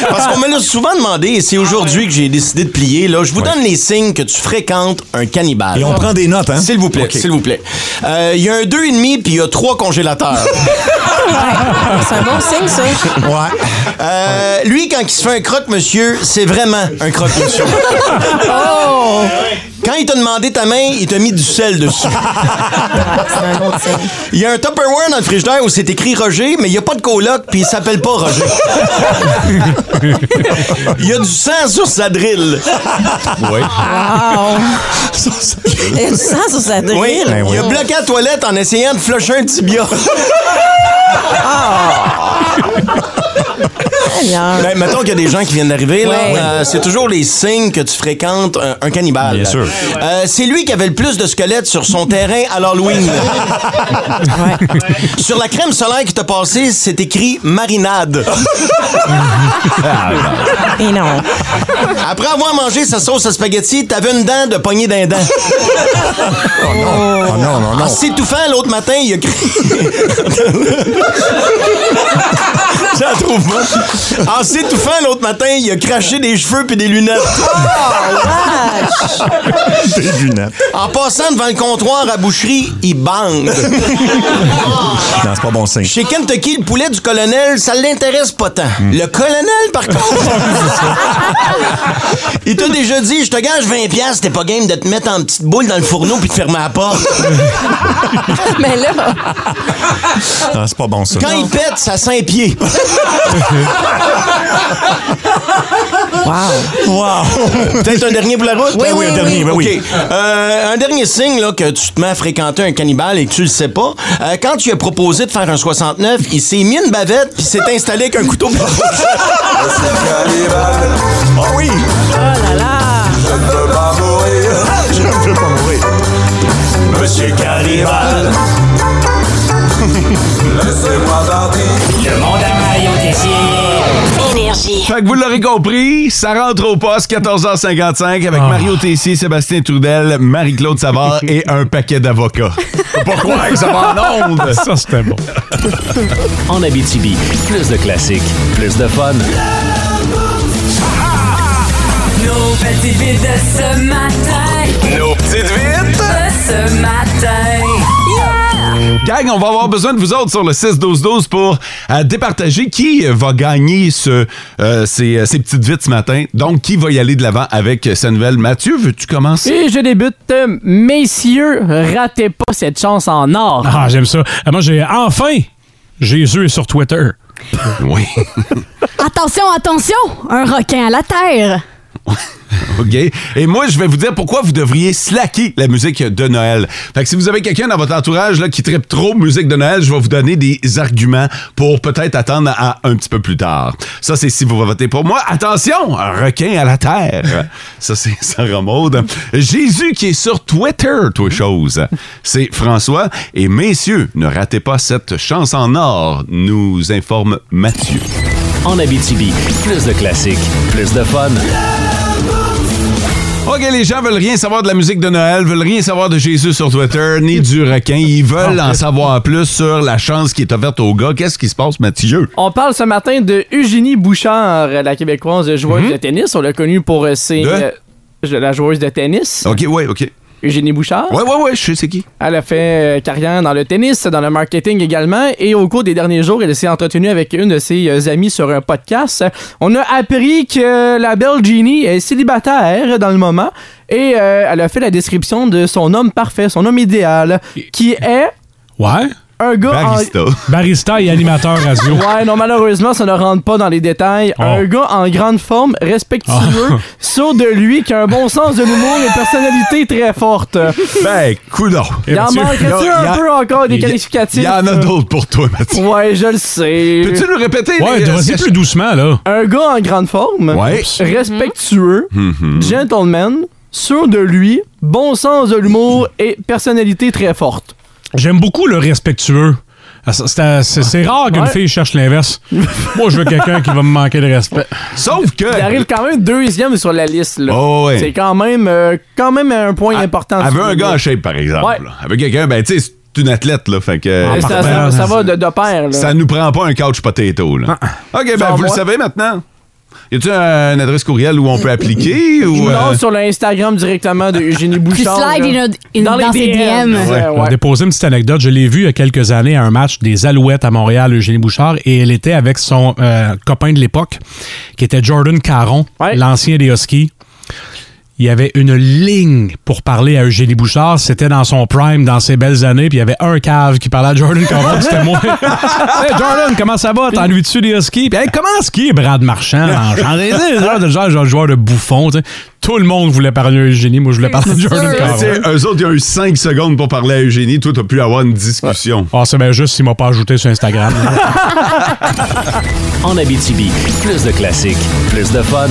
[SPEAKER 12] Parce qu'on me l'a souvent demandé, et c'est aujourd'hui que j'ai décidé de plier. Là, je vous donne les signes que tu fréquentes un cannibale.
[SPEAKER 11] Et on prend des notes, hein?
[SPEAKER 12] S'il vous plaît,
[SPEAKER 11] OK.
[SPEAKER 12] s'il vous plaît. Euh, Il y a un deux et demi puis il y a trois congélateurs.
[SPEAKER 10] C'est un bon signe, ça.
[SPEAKER 12] ouais. Euh, lui, quand il se fait un croque-monsieur, c'est vraiment un croque-monsieur.
[SPEAKER 11] Oh!
[SPEAKER 12] Quand il t'a demandé ta main, il t'a mis du sel dessus.
[SPEAKER 10] Ah, C'est un bon signe.
[SPEAKER 12] Il y a un Tupperware dans le frigidaire où c'est écrit Roger, mais il n'y a pas de coloc, puis il s'appelle pas Roger. Il y a du sang sur sa drille.
[SPEAKER 3] Oui.
[SPEAKER 10] Il y a du sang sur sa drille.
[SPEAKER 12] Oui,
[SPEAKER 11] Ben oui.
[SPEAKER 12] il a bloqué la toilette en essayant de flusher un tibia.
[SPEAKER 10] Ah! Seigneur.
[SPEAKER 12] Ben, mettons qu'il y a des gens qui viennent d'arriver, là,
[SPEAKER 10] Ouais.
[SPEAKER 12] euh, c'est toujours les signes que tu fréquentes un, un cannibale.
[SPEAKER 11] Bien sûr.
[SPEAKER 12] Euh, c'est lui qui avait le plus de squelettes sur son terrain à l'Halloween. Sur la crème solaire qui t'a passée, c'est écrit marinade.
[SPEAKER 11] Ah,
[SPEAKER 10] Et non.
[SPEAKER 12] Après avoir mangé sa sauce à spaghetti, t'avais une dent de poignée d'un dent.
[SPEAKER 11] Oh non, non,
[SPEAKER 12] En
[SPEAKER 11] non.
[SPEAKER 12] s'étouffant Ah, l'autre matin, il a crié. Je la trouve bonne. En s'étouffant l'autre matin, il a craché des cheveux puis des lunettes.
[SPEAKER 11] Ah, Des lunettes.
[SPEAKER 12] En passant devant le comptoir à boucherie, il bande.
[SPEAKER 11] Ah. Non, c'est pas bon signe.
[SPEAKER 12] Chez Kentucky, le poulet du colonel, ça l'intéresse pas tant.
[SPEAKER 11] Hmm.
[SPEAKER 12] Le colonel, par contre... il t'a déjà dit, je te gage 20$, piastres, t'es pas game de te mettre en petite boule dans le fourneau puis de fermer la porte.
[SPEAKER 10] Mais là,
[SPEAKER 11] Non, Ah, c'est pas bon ça.
[SPEAKER 12] Quand il pète, ça sent pieds.
[SPEAKER 11] Wow!
[SPEAKER 12] Peut-être un dernier pour la route?
[SPEAKER 10] Oui, Ah oui,
[SPEAKER 11] un
[SPEAKER 10] oui.
[SPEAKER 11] dernier, ben oui.
[SPEAKER 12] OK. Euh, un dernier signe là, que tu te mets à fréquenter un cannibale et que tu le sais pas. Euh, quand tu lui as proposé de faire un 69, il s'est mis une bavette puis s'est installé avec un couteau.
[SPEAKER 11] Oh oui! Je ne veux pas mourir.
[SPEAKER 2] Monsieur Carnival. Le monde à Mario
[SPEAKER 1] Énergie.
[SPEAKER 3] Fait que vous l'aurez compris, ça rentre au poste 14h55 avec
[SPEAKER 6] Ah.
[SPEAKER 3] Mario Tessier, Sébastien Trudel, Marie-Claude Savard et un paquet d'avocats. Pourquoi que ça va en onde?
[SPEAKER 5] Ça, c'était bon.
[SPEAKER 2] En Abitibi, plus de classiques, plus de fun.
[SPEAKER 1] Nos petites vites de ce matin.
[SPEAKER 2] Nos petites vites.
[SPEAKER 1] De ce matin. Yeah!
[SPEAKER 3] Gang, on va avoir besoin de vous autres sur le 6-12-12 pour euh, départager qui va gagner ce, euh, ces, ces petites vites ce matin. Donc, qui va y aller de l'avant avec euh, sa nouvelle. Mathieu, veux-tu commencer?
[SPEAKER 4] Et je débute. euh, Messieurs, ratez pas cette chance en or.
[SPEAKER 5] Ah, j'aime ça. Ah, moi, j'ai Euh, enfin Jésus est sur Twitter.
[SPEAKER 3] Oui.
[SPEAKER 6] Attention, attention! Un requin à la terre!
[SPEAKER 3] OK? Et moi, je vais vous dire pourquoi vous devriez slacker la musique de Noël. Fait que si vous avez quelqu'un dans votre entourage là, qui tripe trop musique de Noël, je vais vous donner des arguments pour peut-être attendre à un petit peu plus tard. Ça, c'est si vous votez pour moi. Attention! Un requin à la terre. Ça, c'est Sarah Maud. Jésus qui est sur Twitter, toi, chose. C'est François. Et messieurs, ne ratez pas cette chance en or, nous informe Mathieu.
[SPEAKER 13] En Abitibi, plus de classiques, plus de fun.
[SPEAKER 3] OK, les gens veulent rien savoir de la musique de Noël, veulent rien savoir de Jésus sur Twitter, ni du requin. Ils veulent en savoir plus sur la chance qui est offerte aux gars. Qu'est-ce qui se passe, Mathieu?
[SPEAKER 4] On parle ce matin de Eugénie Bouchard, la québécoise joueuse de tennis. On l'a connue pour euh, ses. euh, je- la joueuse de tennis.
[SPEAKER 3] OK, ouais, OK.
[SPEAKER 4] Eugénie Bouchard.
[SPEAKER 3] Ouais, ouais, ouais, je sais c'est qui.
[SPEAKER 4] Elle a fait euh, carrière dans le tennis, dans le marketing également. Et au cours des derniers jours, elle s'est entretenue avec une de ses euh, amies sur un podcast. On a appris que la belle Jeannie est célibataire dans le moment. Et euh, elle a fait la description de son homme parfait, son homme idéal, qui est.
[SPEAKER 5] Ouais.
[SPEAKER 4] Un gars. en-
[SPEAKER 5] Barista et animateur radio.
[SPEAKER 4] Ouais, non, malheureusement, ça ne rentre pas dans les détails.
[SPEAKER 5] Oh.
[SPEAKER 4] Un gars en grande forme, respectueux,
[SPEAKER 5] Oh.
[SPEAKER 4] sûr de lui, qui a un bon sens de l'humour et une personnalité très forte.
[SPEAKER 3] Ben, coudon.
[SPEAKER 4] Il en manquerait-tu un peu encore des qualificatifs?
[SPEAKER 3] Il y en a d'autres pour toi, Mathieu.
[SPEAKER 4] Ouais, je le sais.
[SPEAKER 3] Peux-tu nous répéter?
[SPEAKER 5] Ouais,
[SPEAKER 3] les- euh,
[SPEAKER 5] vas-y plus doucement, là.
[SPEAKER 4] Un gars en grande forme,
[SPEAKER 3] Ouais. Mm-hmm.
[SPEAKER 4] respectueux, gentleman, sûr de lui, bon sens de l'humour et personnalité très forte.
[SPEAKER 5] J'aime beaucoup le respectueux. Ah, ça, C'est euh, c'est- c'est rare qu'une
[SPEAKER 4] Ouais.
[SPEAKER 5] fille cherche l'inverse. Moi, je veux quelqu'un qui va me manquer de respect.
[SPEAKER 3] Sauf que.
[SPEAKER 4] Il arrive quand même deuxième sur la liste. là.
[SPEAKER 3] Oh, ouais. Ah,
[SPEAKER 4] C'est quand même, euh, quand même un point important.
[SPEAKER 3] Elle veut un
[SPEAKER 4] sur-
[SPEAKER 3] gars en shape, par exemple.
[SPEAKER 4] Ouais.
[SPEAKER 3] là. Elle veut quelqu'un, ben, tu sais, c'est une athlète, là. Fait que. euh,
[SPEAKER 4] Et ça, ça- ça va de, de pair. Là. Ah,
[SPEAKER 3] Ça nous prend pas un couch potato, là. OK, ben,
[SPEAKER 4] Sans
[SPEAKER 3] vous le
[SPEAKER 4] moi.
[SPEAKER 3] savez maintenant. Y a-tu un- une adresse courriel où on peut appliquer ou.
[SPEAKER 4] Je me lance
[SPEAKER 3] euh,
[SPEAKER 4] sur l'Instagram directement de Eugénie Bouchard.
[SPEAKER 6] slides
[SPEAKER 4] là.
[SPEAKER 6] in- in- dans ses DM.
[SPEAKER 4] Ouais,
[SPEAKER 5] On a
[SPEAKER 4] ouais.
[SPEAKER 5] déposé une petite anecdote. Je l'ai vu il y a quelques années à un match des Alouettes à Montréal, Eugénie Bouchard, et elle était avec son euh, copain de l'époque, qui était Jordan Caron, l'ancien des Huskies. Il y avait une ligne pour parler à Eugénie Bouchard. C'était dans son prime, dans ses belles années. Puis il y avait un cave qui parlait à Jordan Caron. puis C'était moi. hey, Jordan, comment ça va? T'ennuies-tu des Huskies? Puis hey, comment est-ce qu'il est Brad Marchand? dans le genre? Des- des genres de genre, genre de joueur de bouffon. tu sais. Tout le monde voulait parler à Eugénie. Moi, je voulais parler à Jordan
[SPEAKER 3] Tu
[SPEAKER 5] Caron.
[SPEAKER 3] sais, Eux autres, ils ont eu 5 secondes pour parler à Eugénie. Toi, t'as pu avoir une discussion.
[SPEAKER 5] Ah, c'est bien juste s'il m'a pas ajouté sur Instagram.
[SPEAKER 13] En Abitibi, plus de classiques, plus de fun.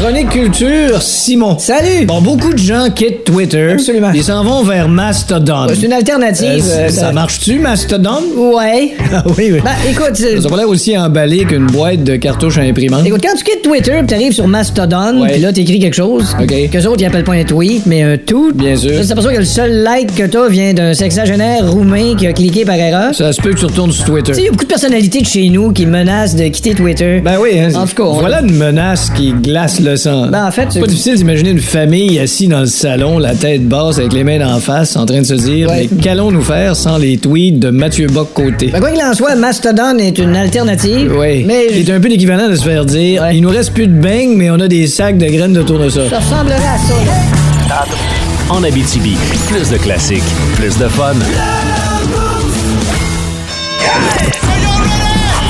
[SPEAKER 7] Chronique culture, Simon. Salut! Bon, beaucoup de gens quittent Twitter. Absolument. Ils s'en vont vers Mastodon.
[SPEAKER 9] C'est une alternative.
[SPEAKER 7] Euh,
[SPEAKER 9] euh,
[SPEAKER 7] ça marche-tu, Mastodon?
[SPEAKER 9] Ouais.
[SPEAKER 7] Ah oui, oui.
[SPEAKER 9] Ben, écoute, c'est-
[SPEAKER 7] Ça a pas l'air aussi emballé qu'une boîte de cartouches à imprimante.
[SPEAKER 9] Écoute, quand tu quittes Twitter, puis t'arrives sur Mastodon,
[SPEAKER 7] Ouais.
[SPEAKER 9] puis là, t'écris quelque chose, que qu'eux autres, ils appellent pas un tweet, mais un tout.
[SPEAKER 7] Bien sûr.
[SPEAKER 9] Là, tu t'aperçois que le seul like que t'as vient d'un sexagénaire roumain qui a cliqué par erreur.
[SPEAKER 7] Ça se peut que tu retournes sur Twitter.
[SPEAKER 9] Tu sais, il y a beaucoup de personnalités de chez nous qui menacent de quitter Twitter.
[SPEAKER 7] Ben oui, hein,
[SPEAKER 9] En tout cas, on-
[SPEAKER 7] voilà une menace qui glace le sang.
[SPEAKER 9] Ben, en fait,
[SPEAKER 7] c'est
[SPEAKER 9] c'est-
[SPEAKER 7] pas difficile d'imaginer une famille assise dans le salon, la tête basse avec les mains en face, en train de se dire
[SPEAKER 9] Ouais.
[SPEAKER 7] mais qu'allons-nous faire sans les tweets de Mathieu Bock côté.
[SPEAKER 9] Ben, quoi qu'il en soit, Mastodon est une alternative.
[SPEAKER 7] Oui.
[SPEAKER 9] Mais je-
[SPEAKER 7] C'est un peu l'équivalent de se faire dire il nous reste plus de beignes, mais on a des sacs de graines de tournesol.
[SPEAKER 9] ça ressemblerait à ça. là.
[SPEAKER 13] En Abitibi, plus de classiques, plus de fun.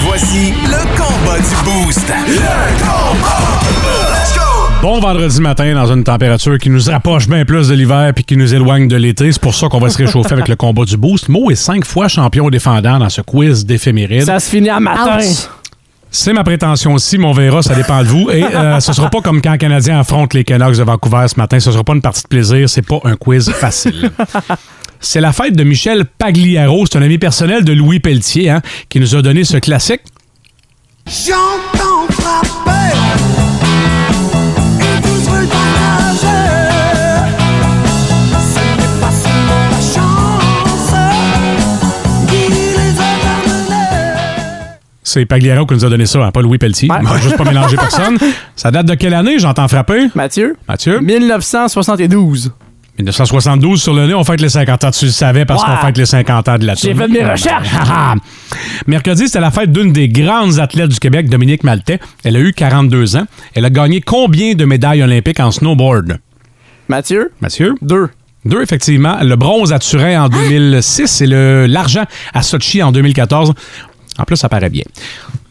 [SPEAKER 2] Voici le combat du boost.
[SPEAKER 5] Bon vendredi matin dans une température qui nous rapproche bien plus de l'hiver puis qui nous éloigne de l'été. C'est pour ça qu'on va se réchauffer avec le combat du boost. Mo est cinq fois champion défendant dans ce quiz d'éphéméride.
[SPEAKER 4] Ça se finit à matin.
[SPEAKER 5] Ouch. C'est ma prétention aussi, mais on verra, ça dépend de vous. Et euh, ce sera pas comme quand les Canadiens affrontent les Canucks de Vancouver ce matin. Ce sera pas une partie de plaisir, c'est pas un quiz facile. C'est la fête de Michel Pagliaro, c'est un ami personnel de Louis Pelletier, hein, qui nous a donné ce classique.
[SPEAKER 2] J'entends frapper et tous veulent partager. Ce n'est pas seulement la chance qui les a
[SPEAKER 5] C'est Pagliaro qui nous a donné ça, hein, pas Louis Pelletier. On va Juste pas mélanger personne. Ça date de quelle année, j'entends frapper?
[SPEAKER 4] Mathieu?
[SPEAKER 5] Mathieu?
[SPEAKER 4] 1972.
[SPEAKER 5] 1972 sur le nez, on fête les 50 ans. Tu le savais parce
[SPEAKER 4] Wow.
[SPEAKER 5] qu'on fête les 50 ans de la
[SPEAKER 4] J'ai
[SPEAKER 5] toune.
[SPEAKER 4] fait mes recherches.
[SPEAKER 5] Mercredi, c'était la fête d'une des grandes athlètes du Québec, Dominique Maltais. Elle a eu 42 ans. Elle a gagné combien de médailles olympiques en snowboard?
[SPEAKER 4] Mathieu?
[SPEAKER 5] Mathieu?
[SPEAKER 4] Deux.
[SPEAKER 5] Deux, effectivement. Le bronze à Turin en 2006 et le l'argent à Sochi en 2014. En plus, ça paraît bien.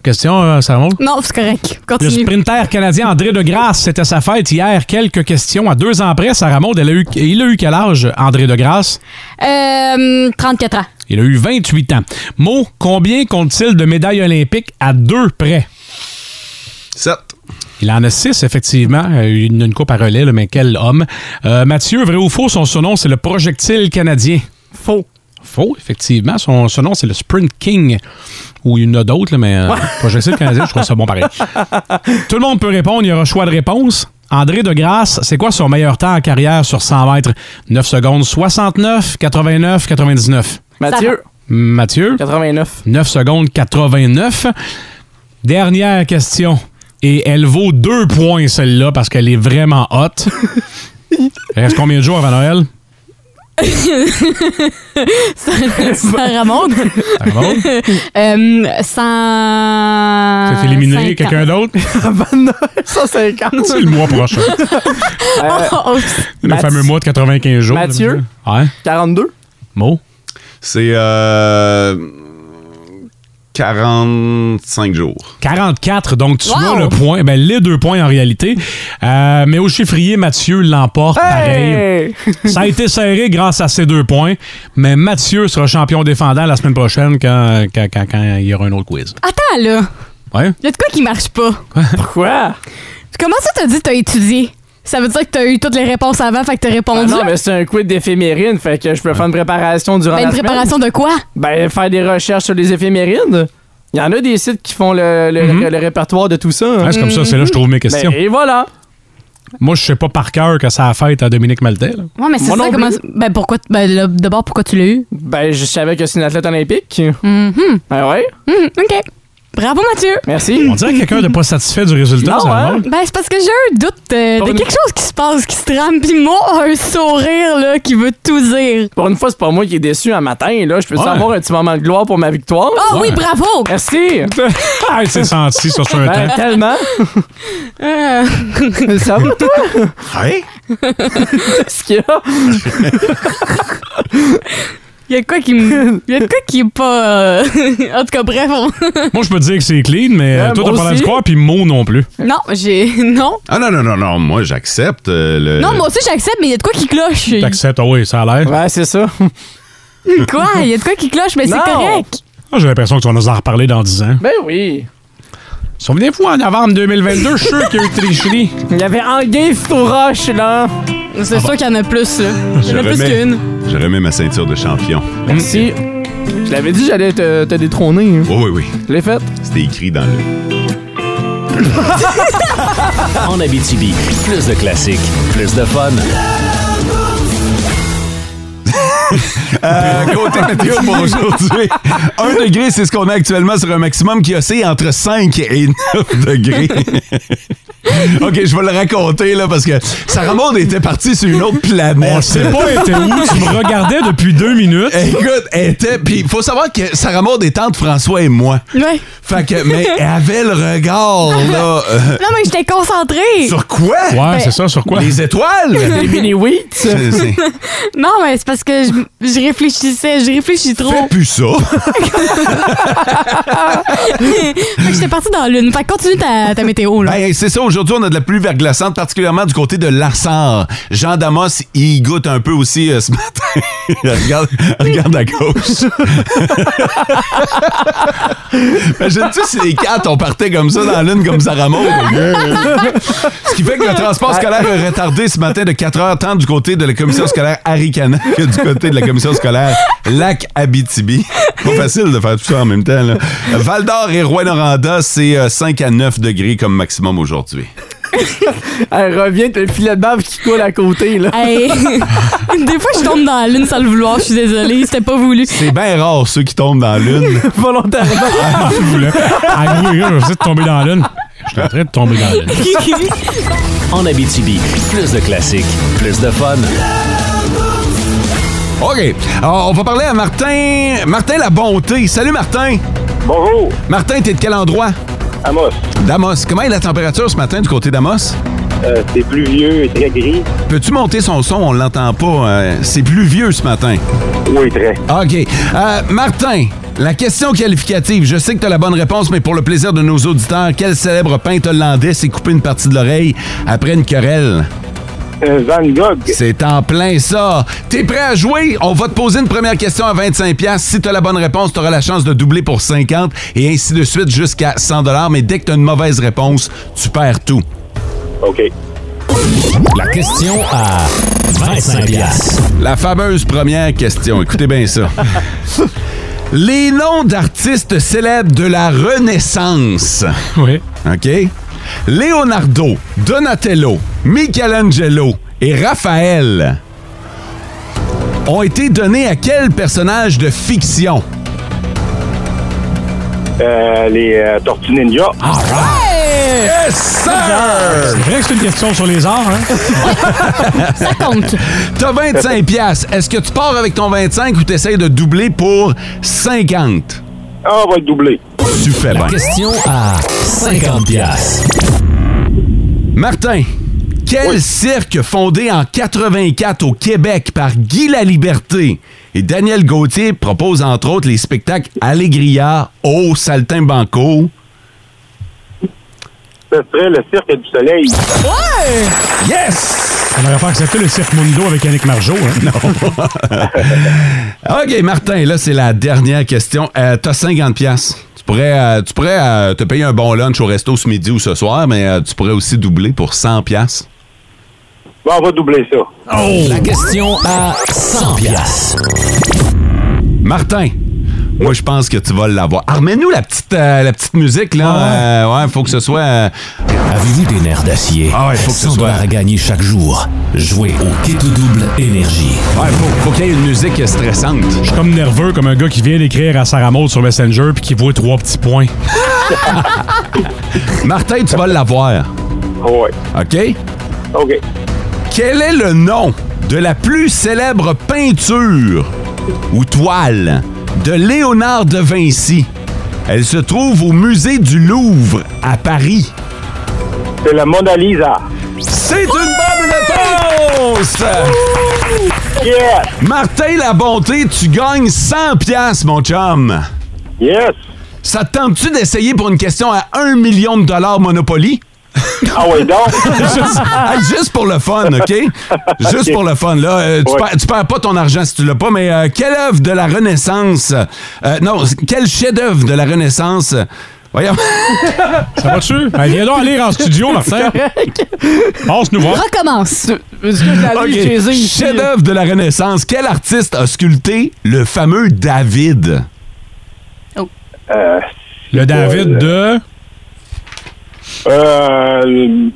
[SPEAKER 5] Question, euh, Sarah Maud?
[SPEAKER 6] Non, c'est correct.
[SPEAKER 5] Le
[SPEAKER 6] Continue.
[SPEAKER 5] sprinter canadien André de Grasse, c'était sa fête hier. Quelques questions. À deux ans près, Sarah Maud, elle a eu, il a eu quel âge, André de Grasse?
[SPEAKER 6] Euh, 34 ans.
[SPEAKER 5] Il a eu 28 ans. Mo, combien compte-t-il de médailles olympiques à deux près?
[SPEAKER 3] Sept.
[SPEAKER 5] Il en a six, effectivement. Euh, Une, une coupe à relais, là, mais quel homme. Euh, Mathieu, vrai ou faux, son surnom, c'est le projectile canadien. Faux. Faux, effectivement. Son surnom, c'est le Sprint King. Ou il y en a d'autres, là, mais euh, projectile canadien, je trouve ça bon pareil. Tout le monde peut répondre, il y aura choix de réponse. André de Grasse, c'est quoi son meilleur temps en carrière sur 100 mètres? 9 secondes 69, 89, 99.
[SPEAKER 4] Mathieu.
[SPEAKER 5] Mathieu.
[SPEAKER 4] 89.
[SPEAKER 5] 9 secondes 89. Dernière question. Et elle vaut deux points, celle-là, parce qu'elle est vraiment hot. Il reste combien de jours avant Noël?
[SPEAKER 6] ça, ça remonte.
[SPEAKER 5] remonte?
[SPEAKER 6] euh, 100...
[SPEAKER 5] C'est éliminé. Quelqu'un d'autre?
[SPEAKER 4] 150.
[SPEAKER 5] C'est le mois prochain. Le
[SPEAKER 4] Oh, Mathi-
[SPEAKER 5] fameux mois de 95 jours.
[SPEAKER 4] Mathieu?
[SPEAKER 5] Ouais.
[SPEAKER 4] 42.
[SPEAKER 5] Mo?
[SPEAKER 3] C'est euh, 45 jours.
[SPEAKER 5] 44, donc tu
[SPEAKER 3] Wow!
[SPEAKER 5] as le point, ben, les deux points en réalité. Euh, mais au chiffrier, Mathieu l'emporte
[SPEAKER 4] Hey!
[SPEAKER 5] pareil. Ça a été serré grâce à ces deux points, mais Mathieu sera champion défendant la semaine prochaine quand, quand, quand- quand il y aura un autre quiz.
[SPEAKER 6] Attends, là.
[SPEAKER 5] Ouais?
[SPEAKER 6] Il y a de quoi qui marche pas.
[SPEAKER 4] Pourquoi?
[SPEAKER 6] Comment ça t'as dit que t'as étudié? Ça veut dire que t'as eu toutes les réponses avant, fait que t'as
[SPEAKER 4] Ah
[SPEAKER 6] répondu.
[SPEAKER 4] non, mais c'est un quiz d'éphéméride, fait que je peux faire une préparation
[SPEAKER 6] Hein?
[SPEAKER 4] durant
[SPEAKER 6] Ben,
[SPEAKER 4] la
[SPEAKER 6] une
[SPEAKER 4] semaine.
[SPEAKER 6] préparation de quoi?
[SPEAKER 4] Ben, faire des recherches sur les éphémérides. Il y en a des sites qui font le, le- le répertoire de tout ça. hein.
[SPEAKER 5] Mm-hmm. Ouais, c'est comme ça, c'est là que je trouve mes questions.
[SPEAKER 4] Ben, et voilà.
[SPEAKER 5] Moi, je sais pas par cœur que ça a fête à Dominique Maltais. là.
[SPEAKER 6] Ouais, mais c'est
[SPEAKER 4] Moi
[SPEAKER 6] ça
[SPEAKER 4] non
[SPEAKER 6] comment.
[SPEAKER 4] plus.
[SPEAKER 6] Ben, pourquoi. Ben, là, d'abord, pourquoi tu l'as eu?
[SPEAKER 4] Ben, je savais que c'est une athlète olympique.
[SPEAKER 6] Mhm.
[SPEAKER 4] Ben ouais.
[SPEAKER 6] Mhm, OK. Bravo, Mathieu.
[SPEAKER 4] Merci.
[SPEAKER 5] On dirait quelqu'un de pas satisfait du résultat,
[SPEAKER 4] Non,
[SPEAKER 5] ça
[SPEAKER 4] hein?
[SPEAKER 5] remonte.
[SPEAKER 6] Ben, c'est parce que j'ai un doute euh, de quelque chose qui se passe, qui se trame, pis moi, un sourire, là, qui veut tout dire.
[SPEAKER 4] Pour une fois, c'est pas moi qui est déçu un matin, là. Je peux
[SPEAKER 5] Ouais.
[SPEAKER 4] avoir un petit moment de gloire pour ma victoire.
[SPEAKER 6] Ah oui, bravo!
[SPEAKER 4] Merci!
[SPEAKER 5] Ah, il s'est senti sur un
[SPEAKER 4] Ben,
[SPEAKER 5] temps.
[SPEAKER 4] tellement!
[SPEAKER 6] Euh,
[SPEAKER 4] Ça va, toi?
[SPEAKER 3] Ouais?
[SPEAKER 4] Qu'est-ce qu'il y a?
[SPEAKER 6] Il y a de quoi qui me. Il y a de quoi qui est pas. euh, en tout cas, bref. on-
[SPEAKER 5] Moi, je peux te dire que c'est clean, mais
[SPEAKER 6] Ouais,
[SPEAKER 5] euh, toi,
[SPEAKER 6] moi
[SPEAKER 5] t'as pas l'air
[SPEAKER 6] aussi.
[SPEAKER 5] de croire, puis Mo non plus.
[SPEAKER 6] non, j'ai. Non.
[SPEAKER 3] Ah non, non, non, non, moi j'accepte euh, le.
[SPEAKER 6] Non, moi aussi, j'accepte, mais il y a de quoi qui cloche.
[SPEAKER 5] T'acceptes, ah oui, ça a l'air.
[SPEAKER 4] Ouais, c'est ça.
[SPEAKER 6] Quoi? Il y a de quoi qui cloche, mais c'est
[SPEAKER 4] Non.
[SPEAKER 6] correct.
[SPEAKER 5] J'ai l'impression que tu vas nous en reparler dans 10 ans.
[SPEAKER 4] Ben oui!
[SPEAKER 5] Souvenez-vous, en novembre 2022, je suis sûr qu'il y a eu tricherie.
[SPEAKER 4] Il y avait Anguille sous roche, là!
[SPEAKER 6] C'est
[SPEAKER 5] Ah
[SPEAKER 6] sûr qu'il y en a plus, là. Il y
[SPEAKER 3] Je
[SPEAKER 6] en a plus
[SPEAKER 3] remets-
[SPEAKER 6] qu'une.
[SPEAKER 3] Je remets ma ceinture de champion.
[SPEAKER 4] Merci! Je l'avais dit, j'allais te, te détrôner. hein.
[SPEAKER 3] Oh Oui, oui, oui.
[SPEAKER 4] Je l'ai fait.
[SPEAKER 3] C'était écrit dans le.
[SPEAKER 13] En Abitibi, plus de classiques, plus de fun.
[SPEAKER 3] Euh, côté météo pour aujourd'hui. 1 degré, c'est ce qu'on a actuellement sur un maximum qui oscille entre 5 et 9 degrés. OK, je vais le raconter, là, parce que Sarah Maud était partie sur une autre planète.
[SPEAKER 5] On sait pas était où, tu me regardais depuis deux minutes.
[SPEAKER 3] Écoute, elle était... Puis faut savoir que Sarah Maud est entre François et moi.
[SPEAKER 6] Ouais.
[SPEAKER 3] Fait que... Mais euh, elle avait le regard, là... euh,
[SPEAKER 6] Non, mais j'étais concentrée. Ben,
[SPEAKER 3] sur quoi?
[SPEAKER 5] Ouais, c'est ça, sur quoi?
[SPEAKER 3] Les
[SPEAKER 4] Des
[SPEAKER 3] étoiles?
[SPEAKER 4] mini-wheats!
[SPEAKER 3] C'est- c'est-
[SPEAKER 6] Non, mais c'est parce que je, je réfléchissais, je réfléchis trop.
[SPEAKER 3] Fais plus ça.
[SPEAKER 6] fait que j'étais partie dans la lune. Fait que continue ta, ta météo, là.
[SPEAKER 3] Ben, c'est ça, aujourd'hui, on a de la pluie verglaçante, particulièrement du côté de Lassar. Jean Damos, il goûte un peu aussi euh, ce matin. regarde, regarde à gauche. Imagine-tu si les quatre, on partait comme ça dans la lune, comme Sarah Maud. ce qui fait que le transport scolaire est retardé ce matin de 4 heures, tant du côté de la commission scolaire Aricana que du côté de la commission scolaire Lac-Abitibi. Pas facile de faire tout ça en même temps. là. Val d'Or et Rouen-Noranda, c'est euh, 5 à 9 degrés comme maximum aujourd'hui.
[SPEAKER 4] Elle revient, t'as le filet de bave qui coule à côté, là.
[SPEAKER 6] Hey. Des fois, je tombe dans la lune sans le vouloir. Je suis désolée, c'était pas voulu.
[SPEAKER 3] C'est bien rare ceux qui tombent dans la lune.
[SPEAKER 4] Volontairement.
[SPEAKER 5] Ah, je voulais. Ah, oui, là, je vais de tomber dans la lune. Je suis en train de tomber
[SPEAKER 3] Ah,
[SPEAKER 5] dans la lune.
[SPEAKER 13] En Abitibi, plus de classiques, plus de fun.
[SPEAKER 3] OK. Alors, on va parler à Martin. Martin La Bonté. Salut, Martin. Bonjour. Martin, t'es de quel endroit? Amos. D'Amos. Comment est la température ce matin du côté d'Amos?
[SPEAKER 14] Euh, c'est pluvieux et très gris.
[SPEAKER 3] Peux-tu monter son son? On l'entend pas. euh, c'est plus vieux ce matin.
[SPEAKER 14] Oui, très.
[SPEAKER 3] OK. Euh, Martin, la question qualificative. Je sais que tu as la bonne réponse, mais pour le plaisir de nos auditeurs, quel célèbre peintre hollandais s'est coupé une partie de l'oreille après une querelle?
[SPEAKER 14] Euh, Van Gogh.
[SPEAKER 3] C'est en plein ça. T'es prêt à jouer? On va te poser une première question à 25$. piastres. Si t'as la bonne réponse, t'auras la chance de doubler pour 50$ et ainsi de suite jusqu'à 100$. Mais dès que t'as une mauvaise réponse, tu perds tout.
[SPEAKER 14] OK.
[SPEAKER 13] La question à 25 piastres.
[SPEAKER 3] La fameuse première question. Écoutez bien ça. Les noms d'artistes célèbres de la Renaissance.
[SPEAKER 5] Oui.
[SPEAKER 3] OK? Leonardo, Donatello, Michelangelo et Raphaël ont été donnés à quel personnage de fiction?
[SPEAKER 14] Euh, les euh, Tortues Ninja.
[SPEAKER 3] Ah, Yes, sir!
[SPEAKER 5] C'est vrai que c'est une question sur les arts, hein?
[SPEAKER 3] Ça compte. T'as 25 piastres. Est-ce que tu pars avec ton 25 ou t'essayes de doubler pour 50?
[SPEAKER 14] Ah, on va être doublé.
[SPEAKER 3] Tu fais bien.
[SPEAKER 13] La question à 50 piastres.
[SPEAKER 3] Martin, quel cirque fondé en 84 au Québec par Guy Laliberté et Daniel Gauthier propose entre autres les spectacles Allégria, Au Saltimbanco.
[SPEAKER 14] Ce serait le cirque du soleil.
[SPEAKER 5] Ouais!
[SPEAKER 3] Yes!
[SPEAKER 5] On n'aurait pas accepté le Cirque Mundo avec Yannick Margeau, hein? Non.
[SPEAKER 3] OK, Martin, là, c'est la dernière question. Euh, T'as 50 pièces. Tu pourrais, euh, tu pourrais euh, te payer un bon lunch au resto ce midi ou ce soir, mais euh, tu pourrais aussi doubler pour 100 pièces.
[SPEAKER 14] Bon, on va doubler ça.
[SPEAKER 10] Oh.
[SPEAKER 13] La question à 100 piastres.
[SPEAKER 3] Martin, moi je pense que tu vas l'avoir. Ah, Remets-nous la petite euh, la petite musique là. Euh, ouais, faut que ce soit. euh,
[SPEAKER 13] Avez-vous des nerfs d'acier?
[SPEAKER 3] Ah ouais, faut que ce
[SPEAKER 13] 100
[SPEAKER 3] soit.
[SPEAKER 13] dollars à gagner chaque jour. Jouez au Keto Double Énergie.
[SPEAKER 3] Ouais, faut, faut qu'il y ait une musique stressante.
[SPEAKER 5] Je suis comme nerveux, comme un gars qui vient d'écrire à Sarah Maud sur Messenger puis qui voit trois petits points.
[SPEAKER 3] Martin, tu vas l'avoir.
[SPEAKER 14] Oh, Ouais.
[SPEAKER 3] OK?
[SPEAKER 14] OK.
[SPEAKER 3] Quel est le nom de la plus célèbre peinture ou toile de Léonard de Vinci? Elle se trouve au musée du Louvre à Paris.
[SPEAKER 14] C'est la Mona Lisa.
[SPEAKER 3] C'est une bonne réponse!
[SPEAKER 14] Yeah!
[SPEAKER 3] Martin La Bonté, tu gagnes 100 pièces, mon chum.
[SPEAKER 14] Yes!
[SPEAKER 3] Ça te tente-tu d'essayer pour une question à 1 million de dollars Monopoly?
[SPEAKER 14] Ah ouais, donc?
[SPEAKER 3] juste, hey, juste pour le fun, OK? Juste
[SPEAKER 14] Ok.
[SPEAKER 3] pour le fun. Là, Euh, tu,
[SPEAKER 14] Ouais.
[SPEAKER 3] perds, tu perds pas ton argent si tu l'as pas, mais euh, quelle œuvre de la Renaissance... euh, non, quel chef-d'œuvre de la Renaissance... euh, voyons...
[SPEAKER 5] Ça va-tu? Ben, viens donc aller en studio, Martin. Passe-nous voir.
[SPEAKER 6] Recommence.
[SPEAKER 3] Ok, Chef-d'œuvre de la Renaissance. Quel artiste a sculpté le fameux David?
[SPEAKER 14] Euh,
[SPEAKER 5] Le David de...
[SPEAKER 14] euh,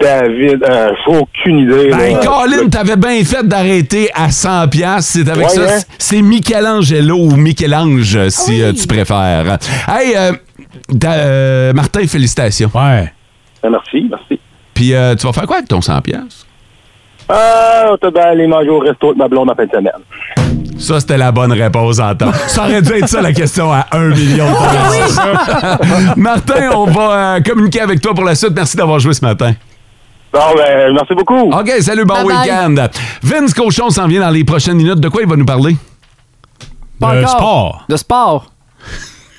[SPEAKER 14] David, euh, j'ai aucune idée.
[SPEAKER 3] Ben,
[SPEAKER 14] là.
[SPEAKER 3] Colin, t'avais bien fait d'arrêter à 100 pièces. C'est avec
[SPEAKER 14] Ouais,
[SPEAKER 3] ça.
[SPEAKER 14] hein?
[SPEAKER 3] C'est Michelangelo ou Michelange, si euh, tu préfères. Hey, euh, da- euh, Martin, félicitations.
[SPEAKER 5] Ouais.
[SPEAKER 14] Ah, Merci, merci.
[SPEAKER 3] Puis euh, tu vas faire quoi avec ton 100 pièces?
[SPEAKER 14] Ah, on va aller manger au resto avec ma blonde en fin de semaine.
[SPEAKER 3] Ça, c'était la bonne réponse en temps. Ça aurait dû être ça la question à 1 million de dollars. Martin, on va euh, communiquer avec toi pour la suite. Merci d'avoir joué ce matin.
[SPEAKER 14] Bon, ben, merci beaucoup.
[SPEAKER 3] OK, salut, bon
[SPEAKER 14] Bye-bye.
[SPEAKER 3] week-end. Vince Cochon s'en vient dans les prochaines minutes. De quoi il va nous parler?
[SPEAKER 4] Pas
[SPEAKER 3] De
[SPEAKER 4] encore.
[SPEAKER 3] sport.
[SPEAKER 4] De sport.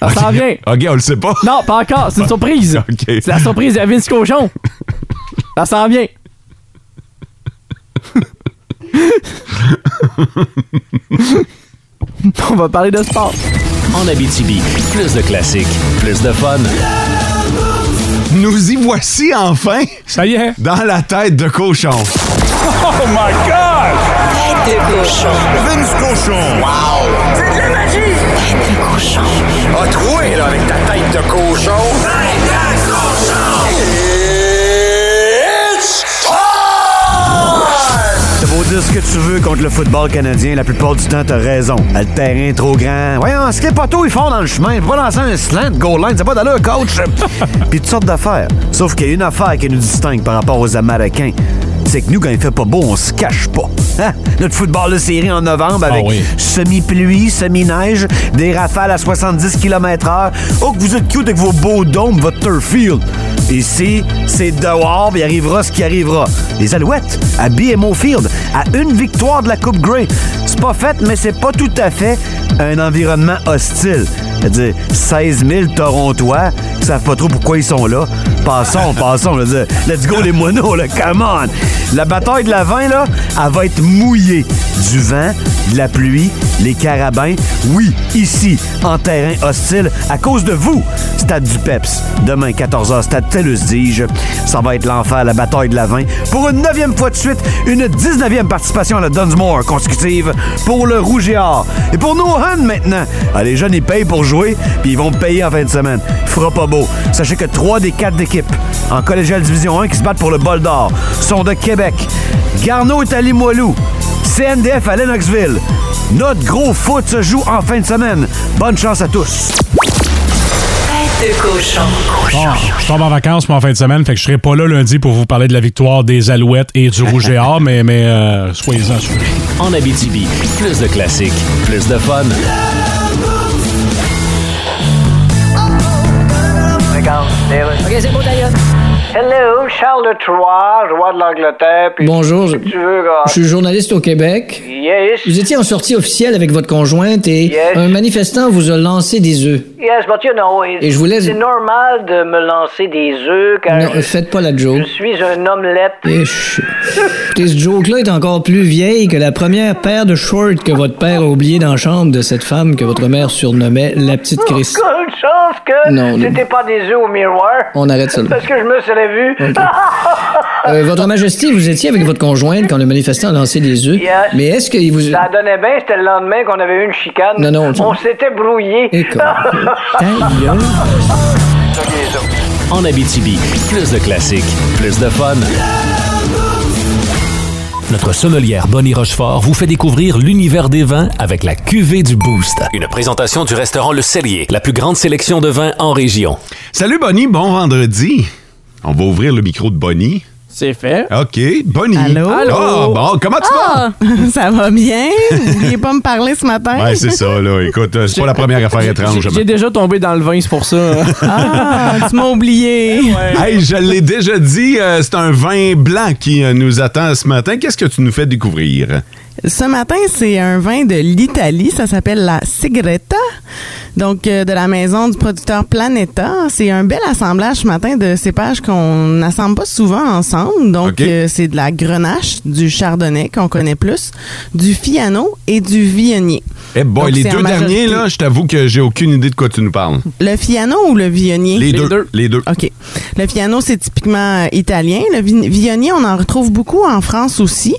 [SPEAKER 4] Ça s'en vient.
[SPEAKER 3] OK, on le sait pas. Ah.
[SPEAKER 4] Non, pas encore. C'est une surprise. C'est la surprise de Vince Cochon. Ça s'en vient. On va parler de sport.
[SPEAKER 13] En Abitibi, plus de classiques, plus de fun.
[SPEAKER 3] Nous y voici enfin.
[SPEAKER 5] Ça y est.
[SPEAKER 3] Dans la tête de cochon.
[SPEAKER 2] Oh my God! Tête de cochon. Vince cochon. Wow! C'est de la magie! Tête de cochon. A troué, là, avec ta tête de cochon. Tête de cochon! It's
[SPEAKER 15] C'est beau dire ce que tu veux contre le football canadien, la plupart du temps, t'as raison. Le terrain est trop grand. Voyons, ce que les poteaux, ils font dans le chemin. Faut pas lancer un slant, goal line, c'est pas d'allure, coach. Puis toutes sortes d'affaires. Sauf qu'il y a une affaire qui nous distingue par rapport aux Américains. C'est que nous, quand il fait pas beau, on se cache pas. Hein? Notre football de série en
[SPEAKER 12] Ah
[SPEAKER 15] novembre
[SPEAKER 2] Ah
[SPEAKER 15] avec semi-pluie, semi-neige, des rafales à 70 km/h. Oh, que vous êtes cute avec vos beaux dômes, votre turf field. Ici, c'est dehors, puis il arrivera ce qui arrivera. Les Alouettes, à BMO Field, à une victoire de la Coupe Grey. C'est pas fait, mais c'est pas tout à fait un environnement hostile. C'est-à-dire, 16 000 Torontois qui savent pas trop pourquoi ils sont là. Passons, passons. je veux dire, let's go les moineaux, là, come on! La bataille de la vin, là, elle va être mouillée. Du vent, de la pluie, les carabins. Oui, ici, en terrain hostile, à cause de vous, Stade du Peps. Demain, 14h, Stade Tellus, dis-je. Ça va être l'enfer, la bataille de la vin. Pour une neuvième fois de suite, une 19e participation à la Dunsmore consécutive pour le Rouge et Or. Et pour nos Huns maintenant. Ah, les jeunes, ils payent pour jouer, puis ils vont payer en fin de semaine. Fera pas beau. Sachez que trois des quatre équipes en collégiale Division 1 qui se battent pour le bol d'or sont de Québec. Garneau est à Limoilou. CNDF à Lennoxville. Notre gros foot se joue en fin de semaine. Bonne chance à tous.
[SPEAKER 1] Tête de cochon.
[SPEAKER 5] Bon, je tombe en vacances moi en fin de semaine, fait que je serai pas là lundi pour vous parler de la victoire des Alouettes et du Rouge et Or, mais, mais euh, soyez-en sûrs.
[SPEAKER 13] En Abitibi, plus de classiques, plus de fun.
[SPEAKER 8] OK,
[SPEAKER 9] c'est bon, d'ailleurs.
[SPEAKER 8] Hello, Charles III, roi de l'Angleterre. puis-
[SPEAKER 7] Bonjour, je-
[SPEAKER 8] Tu veux, gars?
[SPEAKER 7] je suis journaliste au Québec.
[SPEAKER 8] Yes.
[SPEAKER 7] Vous étiez en sortie officielle avec votre conjointe et
[SPEAKER 8] Yes.
[SPEAKER 7] un manifestant vous a lancé des œufs.
[SPEAKER 8] Yes, but you know, it-
[SPEAKER 7] Et je voulais-
[SPEAKER 8] c'est normal de me lancer des œufs car
[SPEAKER 7] Non, euh,
[SPEAKER 8] je-
[SPEAKER 7] faites pas la joke.
[SPEAKER 8] je suis un omelette.
[SPEAKER 7] Et ch- Écoutez, ce joke-là est encore plus vieille que la première paire de shorts que votre père a oublié dans la chambre de cette femme que votre mère surnommait la petite Chris.
[SPEAKER 8] Quelle chance que
[SPEAKER 7] Non, non.
[SPEAKER 8] c'était pas des œufs au miroir.
[SPEAKER 7] On arrête ça là.
[SPEAKER 8] Parce que je me serais vu.
[SPEAKER 7] Euh, votre Majesté, vous étiez avec votre conjointe quand le manifestant a lancé des œufs.
[SPEAKER 8] Yes.
[SPEAKER 7] Mais est-ce qu'il vous...
[SPEAKER 8] Ça donnait bien, c'était le lendemain qu'on avait eu une chicane.
[SPEAKER 7] Non, non, tu-
[SPEAKER 8] On s'était brouillé.
[SPEAKER 13] En Abitibi, plus de classiques, plus de fun. Notre sommelière Bonnie Rochefort vous fait découvrir l'univers des vins avec la cuvée du Boost. Une présentation du restaurant Le Cellier, la plus grande sélection de vins en région.
[SPEAKER 3] Salut Bonnie, bon vendredi. On va ouvrir le micro de Bonnie.
[SPEAKER 4] C'est fait.
[SPEAKER 3] OK, Bonnie.
[SPEAKER 10] Allô?
[SPEAKER 3] Ah, bon, comment tu vas?
[SPEAKER 10] vas? Ça va bien. N'oubliez pas me parler ce matin.
[SPEAKER 3] Ouais, c'est ça, là. Écoute, euh, c'est pas la première affaire étrange.
[SPEAKER 4] J'ai déjà tombé dans le vin, c'est pour ça.
[SPEAKER 10] Ah, tu m'as
[SPEAKER 3] Eh
[SPEAKER 10] oublié.
[SPEAKER 3] Hey, je l'ai déjà dit, euh, c'est un vin blanc qui euh, nous attend ce matin. Qu'est-ce que tu nous fais découvrir?
[SPEAKER 10] Ce matin, c'est un vin de l'Italie. Ça s'appelle la Sigretta, donc euh, de la maison du producteur Planeta. C'est un bel assemblage ce matin de cépages qu'on n'assemble pas souvent ensemble. Donc, euh, c'est de la Grenache, du Chardonnay qu'on connaît plus, du Fiano et du Viognier.
[SPEAKER 3] Eh boy,
[SPEAKER 10] Donc,
[SPEAKER 3] les
[SPEAKER 10] c'est en
[SPEAKER 3] deux
[SPEAKER 10] majorité.
[SPEAKER 3] derniers, là, je t'avoue que j'ai aucune idée de quoi tu nous parles.
[SPEAKER 10] Le Fiano ou le Viognier?
[SPEAKER 3] Les, deux. Les deux.
[SPEAKER 10] OK. Le piano, c'est typiquement euh, italien. Le vi- viognier, on en retrouve beaucoup en France aussi.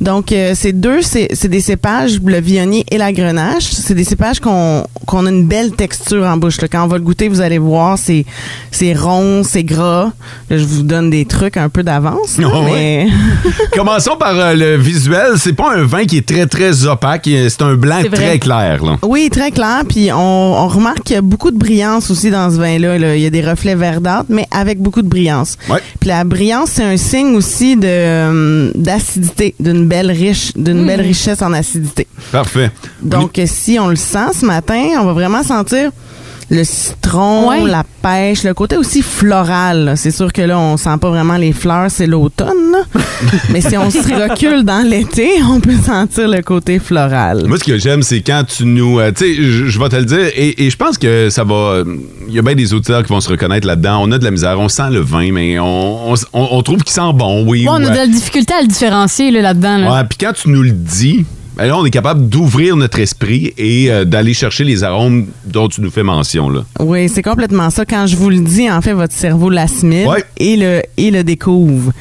[SPEAKER 10] Donc, euh, c'est deux, c'est c'est des cépages, le viognier et la grenache. C'est des cépages qu'on qu'on a une belle texture en bouche. là. Quand on va le goûter, vous allez voir, c'est c'est rond, c'est gras. Là, je vous donne des trucs un peu d'avance. là,
[SPEAKER 3] Ah
[SPEAKER 10] mais-
[SPEAKER 3] ouais. Commençons par euh, le visuel. C'est pas un vin qui est très, très opaque. Euh, C'est un blanc
[SPEAKER 10] C'est vrai.
[SPEAKER 3] très clair, là.
[SPEAKER 10] Oui, très clair. Puis on, on remarque qu'il y a beaucoup de brillance aussi dans ce vin-là. là. Il y a des reflets verdâtres, mais avec beaucoup de brillance. Puis la brillance, c'est un signe aussi de euh, d'acidité, d'une belle riche, d'une belle richesse en acidité.
[SPEAKER 3] Parfait.
[SPEAKER 10] Donc euh, si on le sent ce matin, on va vraiment sentir le citron,
[SPEAKER 6] Ouais.
[SPEAKER 10] la pêche, le côté aussi floral. là. C'est sûr que là, on sent pas vraiment les fleurs, c'est l'automne. là. mais si on se recule dans l'été, on peut sentir le côté floral.
[SPEAKER 3] Moi, ce que j'aime, c'est quand tu nous. euh, tu sais, je je vais te le dire, et, et je pense que ça va. euh, Il y a bien des auditeurs qui vont se reconnaître là-dedans. On a de la misère, on sent le vin, mais on, on, on- on trouve qu'il sent bon, oui.
[SPEAKER 6] Bon, on a
[SPEAKER 3] ouais.
[SPEAKER 6] de la difficulté à le différencier là, là-dedans. là.
[SPEAKER 3] Ouais, puis quand tu nous le dis, ben là, on est capable d'ouvrir notre esprit et euh, d'aller chercher les arômes dont tu nous fais mention, là.
[SPEAKER 10] Oui, c'est complètement ça. Quand je vous le dis, en fait, votre cerveau l'assimile et, le, et le découvre.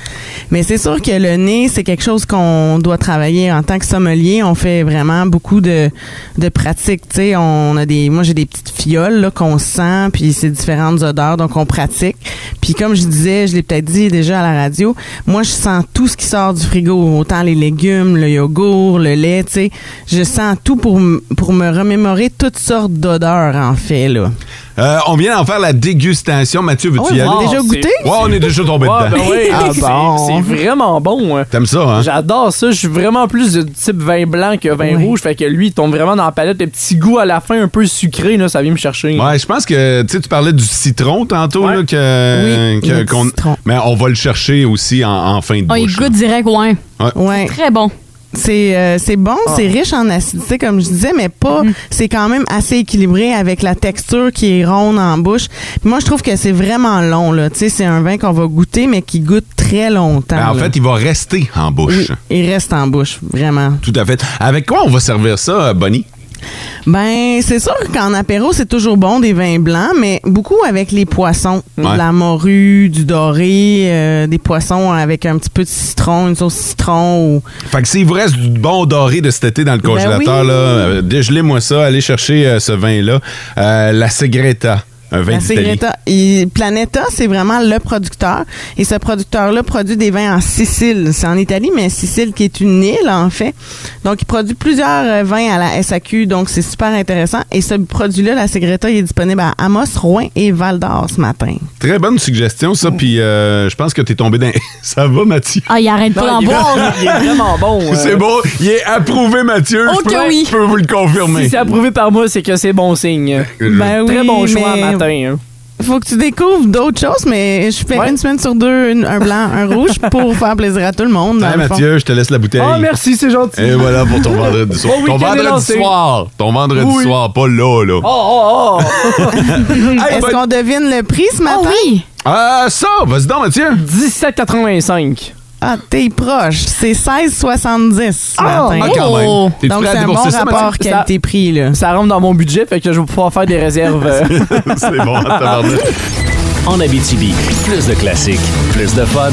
[SPEAKER 10] Mais c'est sûr que le nez, c'est quelque chose qu'on doit travailler en tant que sommelier. On fait vraiment beaucoup de, de pratiques. Tu sais, on a des, moi, j'ai des petites fioles là, qu'on sent, puis c'est différentes odeurs, donc on pratique. Puis comme je disais, je l'ai peut-être dit déjà à la radio, moi, je sens tout ce qui sort du frigo, autant les légumes, le yogourt, le lait, tu sais. Je sens tout pour, m- pour me remémorer toutes sortes d'odeurs, en fait, là.
[SPEAKER 3] Euh, on vient d'en faire la dégustation. Mathieu, veux-tu
[SPEAKER 4] Ah oui,
[SPEAKER 3] y aller?
[SPEAKER 4] vous avez déjà goûté?
[SPEAKER 3] Ouais, on est déjà tombé
[SPEAKER 4] Ah,
[SPEAKER 3] dedans.
[SPEAKER 4] ben oui. Ah, bon. C'est vraiment bon. hein.
[SPEAKER 3] T'aimes ça, hein?
[SPEAKER 4] J'adore ça. Je suis vraiment plus du type vin blanc que vin rouge. Fait que lui, il tombe vraiment dans la palette. Le petit goût à la fin un peu sucré, là, ça vient me chercher.
[SPEAKER 3] Ouais, je pense que tu sais, tu parlais du citron tantôt là, que,
[SPEAKER 6] Oui,
[SPEAKER 3] que-
[SPEAKER 6] le
[SPEAKER 3] qu'on- mais on va le chercher aussi en, en fin de
[SPEAKER 10] Oh,
[SPEAKER 6] Ah, il
[SPEAKER 3] bouche.
[SPEAKER 6] goûte direct, ouais.
[SPEAKER 3] Ouais.
[SPEAKER 10] Ouais.
[SPEAKER 6] Très bon.
[SPEAKER 10] C'est euh, c'est bon,
[SPEAKER 6] Ah.
[SPEAKER 10] c'est riche en acidité, comme je disais, mais pas.
[SPEAKER 6] Mm.
[SPEAKER 10] C'est quand même assez équilibré avec la texture qui est ronde en bouche. Puis moi, je trouve que c'est vraiment long, là. Tu sais, c'est un vin qu'on va goûter, mais qui goûte très longtemps.
[SPEAKER 3] Ben, en
[SPEAKER 10] là.
[SPEAKER 3] fait, il va rester en bouche.
[SPEAKER 10] il reste en bouche, vraiment.
[SPEAKER 3] Tout à fait. Avec quoi on va servir ça, Bonnie?
[SPEAKER 10] Ben, c'est sûr qu'en apéro, c'est toujours bon des vins blancs, mais beaucoup avec les poissons.
[SPEAKER 3] Ouais.
[SPEAKER 10] De la morue, du doré, euh, des poissons avec un petit peu de citron, une sauce citron. Ou...
[SPEAKER 3] Fait que s'il vous reste du bon doré de cet été dans le
[SPEAKER 10] Ben
[SPEAKER 3] congélateur,
[SPEAKER 10] oui.
[SPEAKER 3] là, euh, dégelez-moi ça, allez chercher euh, ce vin-là. Euh, la Segreta, un vin
[SPEAKER 10] La
[SPEAKER 3] d'Italie.
[SPEAKER 10] Segreta. Et Planeta, c'est vraiment le producteur. Et ce producteur-là produit des vins en Sicile. C'est en Italie, mais Sicile qui est une île, en fait. Donc, il produit plusieurs euh, vins à la SAQ. Donc, c'est super intéressant. Et ce produit-là, la Segreta, il est disponible à Amos, Rouen et Val d'Or ce matin.
[SPEAKER 3] Très bonne suggestion, ça, puis euh, je pense que t'es tombé dans... ça va, Mathieu?
[SPEAKER 6] Ah, il arrête
[SPEAKER 4] Non,
[SPEAKER 6] pas d'en
[SPEAKER 4] il est-
[SPEAKER 6] boire.
[SPEAKER 4] Il est vraiment bon. euh.
[SPEAKER 3] C'est bon, il est approuvé, Mathieu.
[SPEAKER 4] Oh
[SPEAKER 3] je,
[SPEAKER 4] que
[SPEAKER 3] peux,
[SPEAKER 4] oui.
[SPEAKER 3] je peux vous le confirmer.
[SPEAKER 4] Si c'est approuvé par moi, c'est que c'est bon signe.
[SPEAKER 10] Ben
[SPEAKER 4] Très
[SPEAKER 10] oui,
[SPEAKER 4] bon choix
[SPEAKER 10] mais-
[SPEAKER 4] à matin. hein.
[SPEAKER 10] Faut que tu découvres d'autres choses, mais je fais une semaine sur deux une- un blanc, un rouge pour faire plaisir à tout le monde. dans
[SPEAKER 3] Hein,
[SPEAKER 10] le fond.
[SPEAKER 3] Mathieu, je te laisse la bouteille.
[SPEAKER 10] Ah, merci, c'est gentil.
[SPEAKER 3] Et voilà pour ton vendredi soir.
[SPEAKER 10] Bon
[SPEAKER 3] ton
[SPEAKER 10] week-end est
[SPEAKER 3] vendredi
[SPEAKER 10] lancé.
[SPEAKER 3] soir. Ton vendredi
[SPEAKER 10] Oui.
[SPEAKER 3] soir, pas là, là.
[SPEAKER 4] Oh, oh, oh!
[SPEAKER 10] Est-ce qu'on devine le prix ce matin? oui!
[SPEAKER 3] Ah, ça! Vas-y donc, Mathieu!
[SPEAKER 4] 17,85.
[SPEAKER 10] Ah, t'es proche. C'est 16,70 ce
[SPEAKER 4] Ah,
[SPEAKER 10] matin.
[SPEAKER 4] ah, quand même.
[SPEAKER 10] Oh!
[SPEAKER 4] T'es-tu
[SPEAKER 10] Donc,
[SPEAKER 4] prêt à
[SPEAKER 10] c'est un bon
[SPEAKER 4] débourser ça,
[SPEAKER 10] rapport
[SPEAKER 4] Mathieu?
[SPEAKER 10] qualité-prix. là.
[SPEAKER 4] Ça rentre dans mon budget, fait que je vais pouvoir faire des réserves. euh.
[SPEAKER 3] C'est bon, hein, tabarnak.
[SPEAKER 13] En Abitibi, plus de classiques, plus de fun.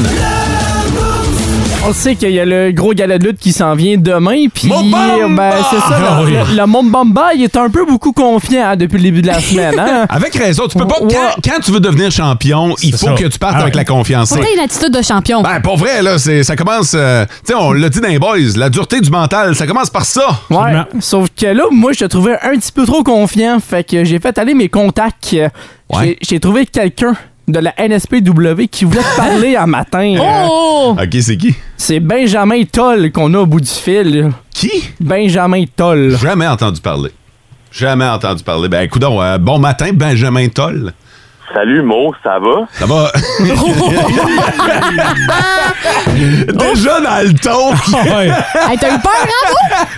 [SPEAKER 4] On sait qu'il y a le gros gala de lutte qui s'en vient demain, puis ben, c'est ça, le,
[SPEAKER 3] Ah oui.
[SPEAKER 4] le- le Mombamba, il est un peu beaucoup confiant hein, depuis le début de la semaine. hein.
[SPEAKER 3] Avec raison, tu peux pas. Quand, quand tu veux devenir champion, il faut
[SPEAKER 5] ça.
[SPEAKER 3] que tu partes
[SPEAKER 5] Ah
[SPEAKER 3] avec
[SPEAKER 5] ouais.
[SPEAKER 3] la confiance.
[SPEAKER 6] Faut que t'aies une attitude de champion.
[SPEAKER 3] Ben, pour vrai, là, c'est- ça commence. euh, tu sais, on l'a dit dans les boys, la dureté du mental, ça commence par ça.
[SPEAKER 4] Ouais.
[SPEAKER 5] Ah.
[SPEAKER 4] Sauf que là, moi, je te trouvais un petit peu trop confiant, fait que j'ai fait aller mes contacts. Euh, j'ai- J'ai trouvé quelqu'un de la NSPW qui voulait te parler un matin. Euh,
[SPEAKER 6] Oh!
[SPEAKER 3] Ok, c'est qui?
[SPEAKER 4] C'est Benjamin Toll qu'on a au bout du fil.
[SPEAKER 3] Qui?
[SPEAKER 4] Benjamin Toll.
[SPEAKER 3] Jamais entendu parler. Jamais entendu parler. Ben, écoute, bon matin, Benjamin Toll.
[SPEAKER 14] Salut Mo, ça va?
[SPEAKER 3] Ça va? Déjà dans le ton.
[SPEAKER 4] Ah
[SPEAKER 6] Hey, t'as eu peur,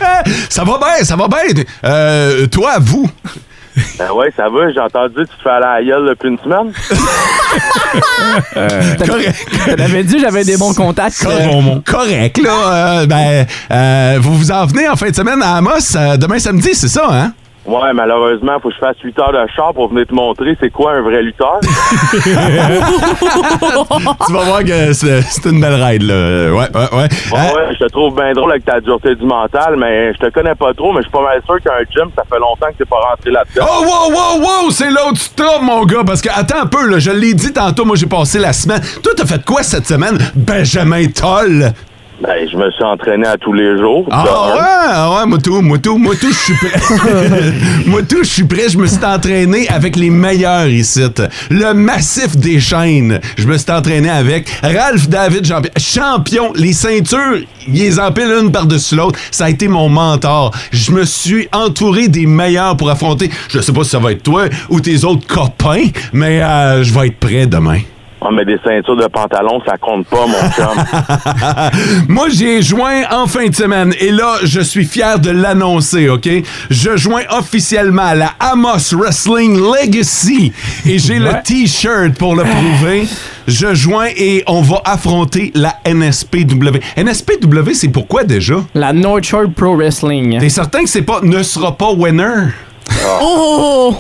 [SPEAKER 6] hein,
[SPEAKER 3] ça va bien, ça va bien. Euh, toi, vous.
[SPEAKER 14] Ben ouais, ça va, j'ai entendu, tu te fais aller à la gueule depuis une semaine.
[SPEAKER 3] Euh,
[SPEAKER 4] Je l'avais Euh, dit, j'avais des bons contacts. euh.
[SPEAKER 3] Correct, correct, là. euh, ben, euh, vous vous en venez en fin de semaine à Amos euh, demain samedi, c'est ça, hein?
[SPEAKER 14] Ouais, malheureusement, faut que je fasse 8 heures de char pour venir te montrer c'est quoi un vrai lutteur.
[SPEAKER 3] tu vas voir que c'est c'est une belle ride, là. Euh, Ouais, ouais, ouais.
[SPEAKER 14] Ouais, ouais, je te trouve bien drôle avec ta dureté du mental, mais je te connais pas trop, mais je suis pas mal sûr qu'un gym, ça fait longtemps que t'es pas rentré là-dedans.
[SPEAKER 3] Oh, wow, wow, wow, c'est l'autre stop, mon gars, parce que, attends un peu, là, je l'ai dit tantôt, moi, j'ai passé la semaine. Toi, t'as fait quoi cette semaine, Benjamin Toll?
[SPEAKER 14] Ben, je me suis entraîné à tous les jours.
[SPEAKER 3] Ah
[SPEAKER 14] de
[SPEAKER 3] ouais,
[SPEAKER 14] un.
[SPEAKER 3] ah ouais, moi tout, moi tout, moi tout, je suis prêt. moi tout, je suis prêt. Je me suis entraîné avec les meilleurs ici. Le massif des chaînes, je me suis entraîné avec Ralph David, champion. champion. Les ceintures, ils les empilent une par-dessus l'autre. Ça a été mon mentor. Je me suis entouré des meilleurs pour affronter, je sais pas si ça va être toi ou tes autres copains, mais euh, je vais être prêt demain.
[SPEAKER 14] Ah, mais des ceintures de pantalon, ça compte pas, mon chum. Ah.
[SPEAKER 3] Moi, j'ai joint en fin de semaine et là, je suis fier de l'annoncer, OK? Je joins officiellement la Amos Wrestling Legacy et j'ai le T-shirt pour le prouver. Je joins et on va affronter la NSPW. NSPW, c'est pourquoi déjà?
[SPEAKER 4] La North Shore Pro Wrestling.
[SPEAKER 3] T'es certain que c'est pas ne sera pas winner?
[SPEAKER 6] Oh!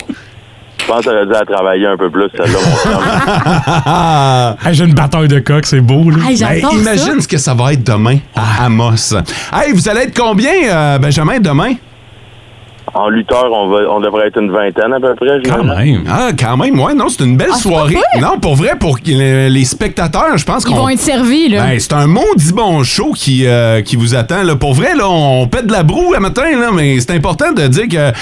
[SPEAKER 14] Je pense que t'aurais dû la travailler un peu plus, celle-là, mon chum.
[SPEAKER 5] Hey, J'ai une bataille de coq, c'est beau. Là.
[SPEAKER 3] Ben, imagine ce que ça va être demain à Amos. Hey, vous allez être combien, euh, Benjamin, demain?
[SPEAKER 14] En lutteur, on, va, on devrait être une vingtaine à peu près. Quand
[SPEAKER 3] même. Ah, quand même, ouais, non, c'est une
[SPEAKER 6] Ah,
[SPEAKER 3] belle soirée. Non, pour vrai, pour que, euh, les spectateurs, je pense
[SPEAKER 6] Ils
[SPEAKER 3] qu'on.
[SPEAKER 6] vont être servis, là.
[SPEAKER 3] Ben, c'est un maudit bon show qui, euh, qui vous attend. Là. Pour vrai, là, on pète de la broue le matin, là, mais c'est important de dire que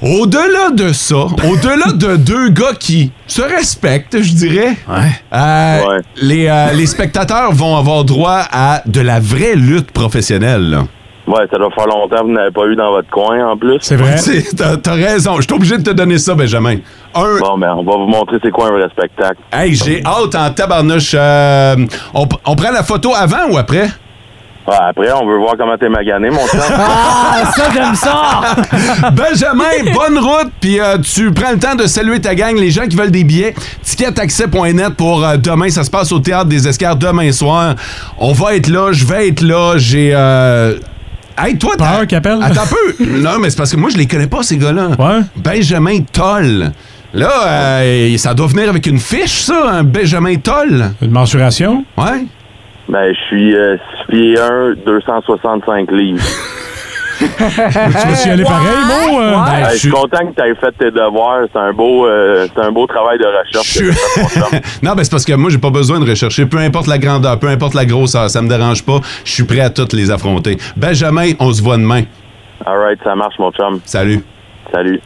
[SPEAKER 3] Au-delà de ça, au-delà de deux gars qui se respectent, je dirais, euh, Les, euh, les spectateurs vont avoir droit à Ah, de la vraie lutte professionnelle. là.
[SPEAKER 14] Ouais, ça doit faire longtemps que vous n'avez pas eu dans votre coin en plus.
[SPEAKER 3] C'est- T'as t'as raison. Je suis obligé de te donner ça, Benjamin. Un... Hein?
[SPEAKER 14] Bon, ben, on va vous montrer c'est quoi un vrai spectacle.
[SPEAKER 3] Hey, j'ai hâte en tabarnouche. Euh, on, on prend la photo avant ou après?
[SPEAKER 14] Ouais, après, on veut voir comment t'es magané, mon chum.
[SPEAKER 3] Ah, ça, j'aime ça! Benjamin, bonne route, puis euh, tu prends le temps de saluer ta gang, les gens qui veulent des billets. Ticketaccès.net pour euh, demain, ça se passe au Théâtre des Escarres demain soir. On va être là, je vais être là, j'ai... euh, Hey, toi, t'as... qui appelle? Attends un peu. Non, mais c'est parce que moi, je les connais pas, ces gars-là. Benjamin Toll. Là, euh, ça doit venir avec une fiche, ça, un Benjamin Toll.
[SPEAKER 5] Une mensuration?
[SPEAKER 3] Ouais.
[SPEAKER 14] Ben, je suis euh, 6 pieds 1, 265 livres.
[SPEAKER 5] tu vas-tu y aller pareil, bon? euh?
[SPEAKER 14] Hey, je suis content que tu aies fait tes devoirs. C'est un, beau, euh, c'est un beau travail de recherche. que t'as fait, mon chum.
[SPEAKER 3] Non, ben c'est parce que moi, j'ai pas besoin de rechercher. Peu importe la grandeur, peu importe la grosseur, ça me dérange pas. Je suis prêt à toutes les affronter. Benjamin, on se voit demain.
[SPEAKER 14] All right, ça marche, mon chum.
[SPEAKER 3] Salut.
[SPEAKER 14] Salut.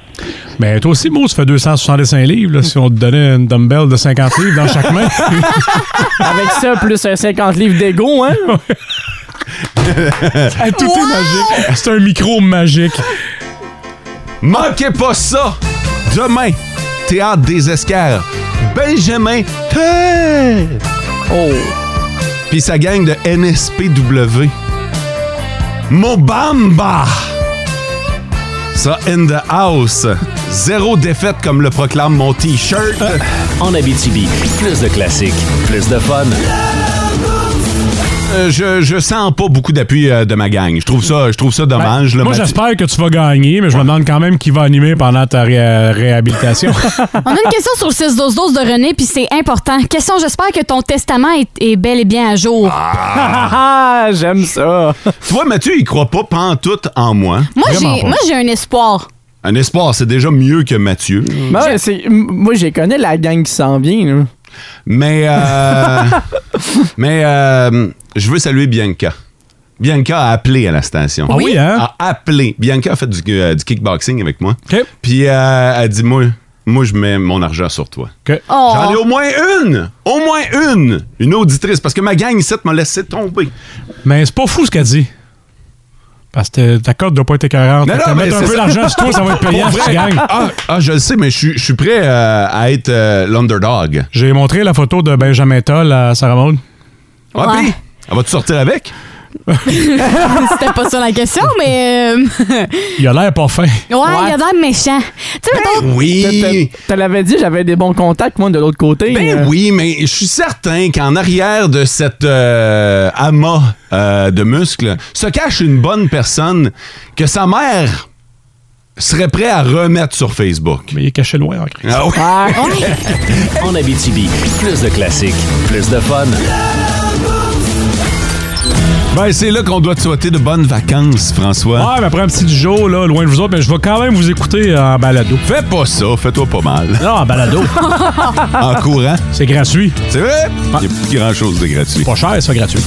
[SPEAKER 5] Ben, toi aussi, Mo, tu fais 265 livres, là, si on te donnait une dumbbell de 50 livres dans chaque main.
[SPEAKER 4] Avec ça, plus un 50 livres d'égo, hein?
[SPEAKER 5] Hey, tout est magique. C'est un micro magique.
[SPEAKER 3] Manquez pas ça! Demain, Théâtre des Escarres, Benjamin Hey! Oh! Puis sa gang de NSPW. Mobamba! Ça, in the house. Zéro défaite comme le proclame mon T-shirt.
[SPEAKER 13] En Abitibi, plus de classiques, plus de fun.
[SPEAKER 3] Euh, je, je sens pas beaucoup d'appui euh, de ma gang. Je trouve ça, je trouve ça dommage. là,
[SPEAKER 5] Ben, Moi,
[SPEAKER 3] Mathieu-
[SPEAKER 5] j'espère que tu vas gagner, mais je me demande quand même qui va animer pendant ta ré- réhabilitation.
[SPEAKER 6] On a une question sur le 6 12 12 de René, puis c'est important. Question, j'espère que ton testament est, est bel et bien à jour.
[SPEAKER 3] Ah, j'aime ça. Tu vois, Mathieu, il croit pas pantoute en moi.
[SPEAKER 6] Moi, j'ai,
[SPEAKER 3] Vraiment pas.
[SPEAKER 6] moi, j'ai un espoir.
[SPEAKER 3] Un espoir, c'est déjà mieux que Mathieu.
[SPEAKER 4] Ben ouais, c'est- m- moi, j'ai connais la gang qui s'en vient. là.
[SPEAKER 3] Mais, euh, mais euh, je veux saluer Bianca. Bianca a appelé à la station.
[SPEAKER 5] Ah oui, hein?
[SPEAKER 3] A appelé. Bianca a fait du, euh, du kickboxing avec moi. Puis euh, elle dit, moi, moi, je mets mon argent sur toi.
[SPEAKER 6] Oh.
[SPEAKER 3] J'en ai au moins une! Au moins une! Une auditrice, parce que ma gang ici m'a laissé tomber.
[SPEAKER 5] mais Hein, c'est pas fou ce qu'elle dit. Parce que ta cote doit pas être écœurante. Fait que mettre un
[SPEAKER 3] c'est
[SPEAKER 5] peu
[SPEAKER 3] ça.
[SPEAKER 5] d'argent sur toi, ça va être payant
[SPEAKER 3] Pour
[SPEAKER 5] si tu
[SPEAKER 3] vrai.
[SPEAKER 5] gagnes.
[SPEAKER 3] Ah, ah, je le sais, mais je suis- je suis prêt euh, à être euh, l'underdog.
[SPEAKER 5] J'ai montré la photo de Benjamin Toll à Sarah Maud.
[SPEAKER 3] Ah, puis, elle va-tu sortir avec?
[SPEAKER 6] C'était pas ça la question, mais. euh,
[SPEAKER 5] Il a l'air pas fin.
[SPEAKER 6] Ouais, il a l'air méchant. Tu
[SPEAKER 3] Ben,
[SPEAKER 6] sais, mettons-
[SPEAKER 3] Oui.
[SPEAKER 4] Tu l'avais dit, j'avais des bons contacts, moi, de l'autre côté.
[SPEAKER 3] Ben
[SPEAKER 4] Euh,
[SPEAKER 3] oui, mais je suis certain qu'en arrière de cette euh, amas euh, de muscles se cache une bonne personne que sa mère serait prête à remettre sur Facebook.
[SPEAKER 5] Mais il est caché loin, en
[SPEAKER 3] Ah oui.
[SPEAKER 13] en Abitibi, plus de classiques, plus de fun.
[SPEAKER 3] Ben, c'est là qu'on doit te souhaiter de bonnes vacances, François.
[SPEAKER 5] Ouais, mais après un petit jour, là, loin de vous autres, mais je vais quand même vous écouter en balado.
[SPEAKER 3] Fais pas ça, fais-toi pas mal.
[SPEAKER 5] Non, en balado.
[SPEAKER 3] en courant.
[SPEAKER 5] C'est gratuit. Ah.
[SPEAKER 3] C'est vrai? Il n'y a plus grand-chose de gratuit.
[SPEAKER 5] Pas cher, ça, gratuit.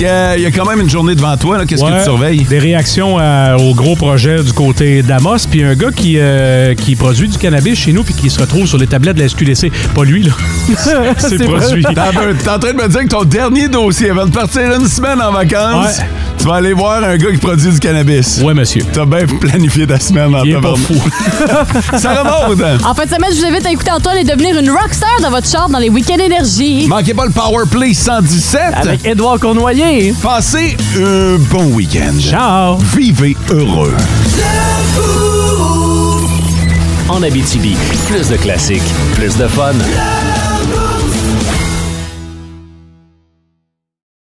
[SPEAKER 3] Il y a quand même une journée devant toi. là. Qu'est-ce que
[SPEAKER 5] Ouais,
[SPEAKER 3] tu surveilles?
[SPEAKER 5] Des réactions à- au gros projet du côté d'Amos, puis un gars qui, euh, qui produit du cannabis chez nous, puis qui se retrouve sur les tablettes de la SQDC. Pas lui, là. C'est
[SPEAKER 3] C'est
[SPEAKER 5] produit.
[SPEAKER 3] vrai. T'as un peu- T'es en train de me dire que ton dernier dossier, avant de partir une semaine en vacances,
[SPEAKER 5] Ouais.
[SPEAKER 3] tu vas aller voir un gars qui produit du cannabis.
[SPEAKER 5] Ouais, monsieur.
[SPEAKER 3] T'as bien planifié ta semaine en
[SPEAKER 5] Il est pas
[SPEAKER 3] tabarnak. Ça remonte.
[SPEAKER 6] En fin de semaine, je vous invite à écouter Antoine et devenir une rockstar dans votre char dans les week-ends énergie.
[SPEAKER 3] Manquez pas le Power Play 117.
[SPEAKER 4] Avec Édouard Cournoyer.
[SPEAKER 3] Passez un bon week-end.
[SPEAKER 5] Ciao.
[SPEAKER 3] Vivez heureux.
[SPEAKER 13] En Abitibi, plus de classiques, plus de fun.